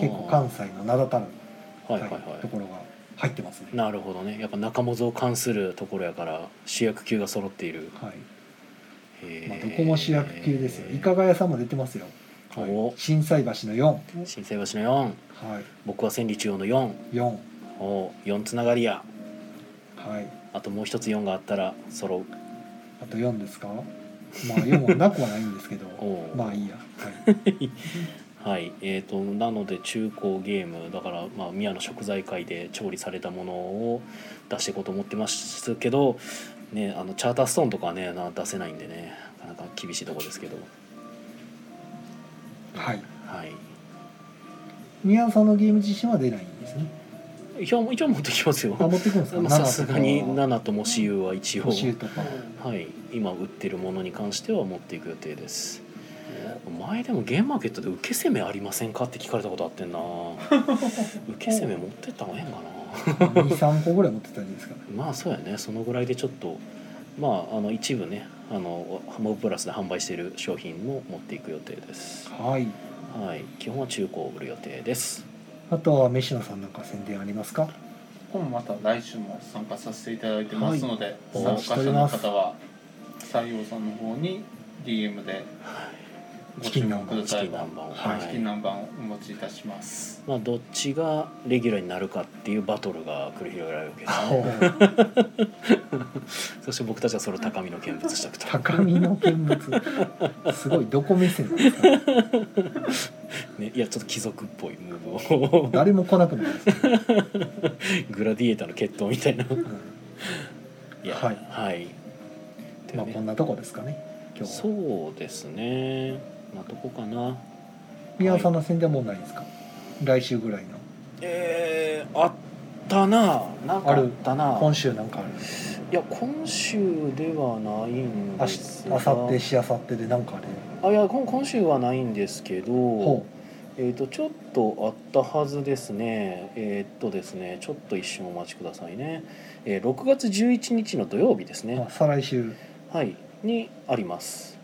ブ結構関西の名だたるはいはいはところが入ってますねい、なるほどねやっぱ中本を冠するところやから主役級が揃っているはいへーまあ、どこも主役級ですよいかが屋さんも出てますよ、はおい、心斎橋の4は新生橋の4僕は千里中央の4い4お4つながりやはいあともう一つ4があったら揃うあと4ですかまあ4はなくはないんですけど おうまあいいや、はい、はいえー、となので中古ゲームだから、まあ、宮の食材会で調理されたものを出していこうと思ってますけど、ね、あのチャーターストーンとかはねな出せないんでねなかなか厳しいとこですけどはい、はい宮野さんのゲーム自身は出ないん ですね一応一応持ってきますよあ持ってくるんですかまあさすがに7 7とも私有は一応とか星とかはい今売ってるものに関しては持っていく予定です前でもゲームマーケットで受け攻めありませんかって聞かれたことあってんな受け攻め持ってった方がええんかな 23個ぐらい持ってたんですかまあそうやねそのぐらいでちょっとまああの一部ねあのモブプラスで販売している商品も持っていく予定ですはいはい基本は中古を売る予定ですあとは飯野さんなんか宣伝ありますかこれもまた来週も参加させていただいてますので、お参加者の方は採用さんの方に DM でご注文くだチさキいン南蛮をはいチキン南蛮をお持ちいたしますまあ、どっちがレギュラーになるかっていうバトルが繰り広げられる わけですねおそして僕たちはそれを高みの見物したくと高みの見物すごいどこ目線なんですかね、いやちょっと貴族っぽいムーブを誰も来なくなる んですよグラディエーターの決闘みた いなうんいやはいはいといまうあこんねなとこですかね今日はそうですねまあどこかな宮野さんの宣伝はもうないですか来週ぐらいのえー、あったななんかあるあったな今週なんかあるいや今週ではないん明で日す明が後日しあさってでなんかあるあいや今今週はないんですけどほえー、とちょっとあったはずですね、えーっとですねちょっと一瞬お待ちくださいね、えー6月11日の土曜日ですうまあね、再来週はい、にあります、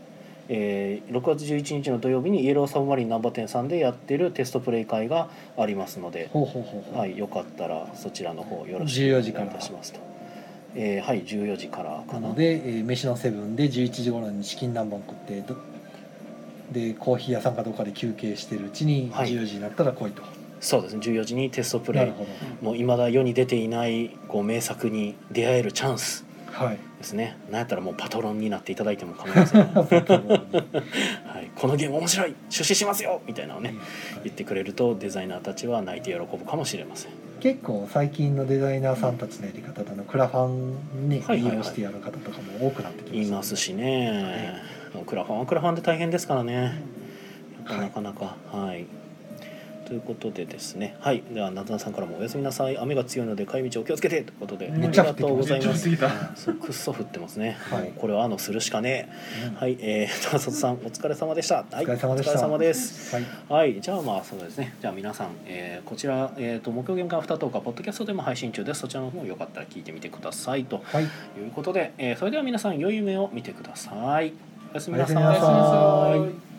えー6月11日の土曜日にイエローサブマリンナンバー店さんでやってるテストプレイ会がありますので、ほうほうほうほうはい、よかったらそちらの方よろしくお14願い時いからたしますと、えーはい14時からかななので、えー飯のセブンで11時頃にチキン南蛮食ってどでコーヒー屋さんかどうかで休憩してるうちにはい14時になったら来いと、そうですね14時にテストプなレるイほどもう未だ世に出ていないこう名作に出会えるチャンスはい ですねなんやったらもうパトロンになっていただいても構いません、ははい、このゲーム面白い出資しますよみたいなのをね言ってくれるとデザイナーたちは泣いて喜ぶかもしれません結構最近のデザイナーさんたちのやり方であのクラファンにはいはいはい利用してやる方とかも多くなってきま言いしたねますしね、クラファンはクラファンで大変ですからね、はいなかなかはい、ということでですねはいではなずなさんからも「おやすみなさい雨が強いので帰り道お気をつけて」ということで、あめりっちゃが降ってときうごましたざいますめっちゃ降ってそうくっそ降ってますね、はいもうこれはあのするしかねうんはいえー、 とわさつさんお疲れ様でしたはいお疲れ様でしたお疲れ様ですはいはい、じゃあまあそうですね。じゃあ皆さん、えーこちら、えー、と目標ゲーム会アフタートークはポッドキャストでも配信中です。そちらの方もよかったら聞いてみてくださいとはいいうことで、えーそれでは皆さん良い夢を見てください。おやすみなおやすみなささいい。きた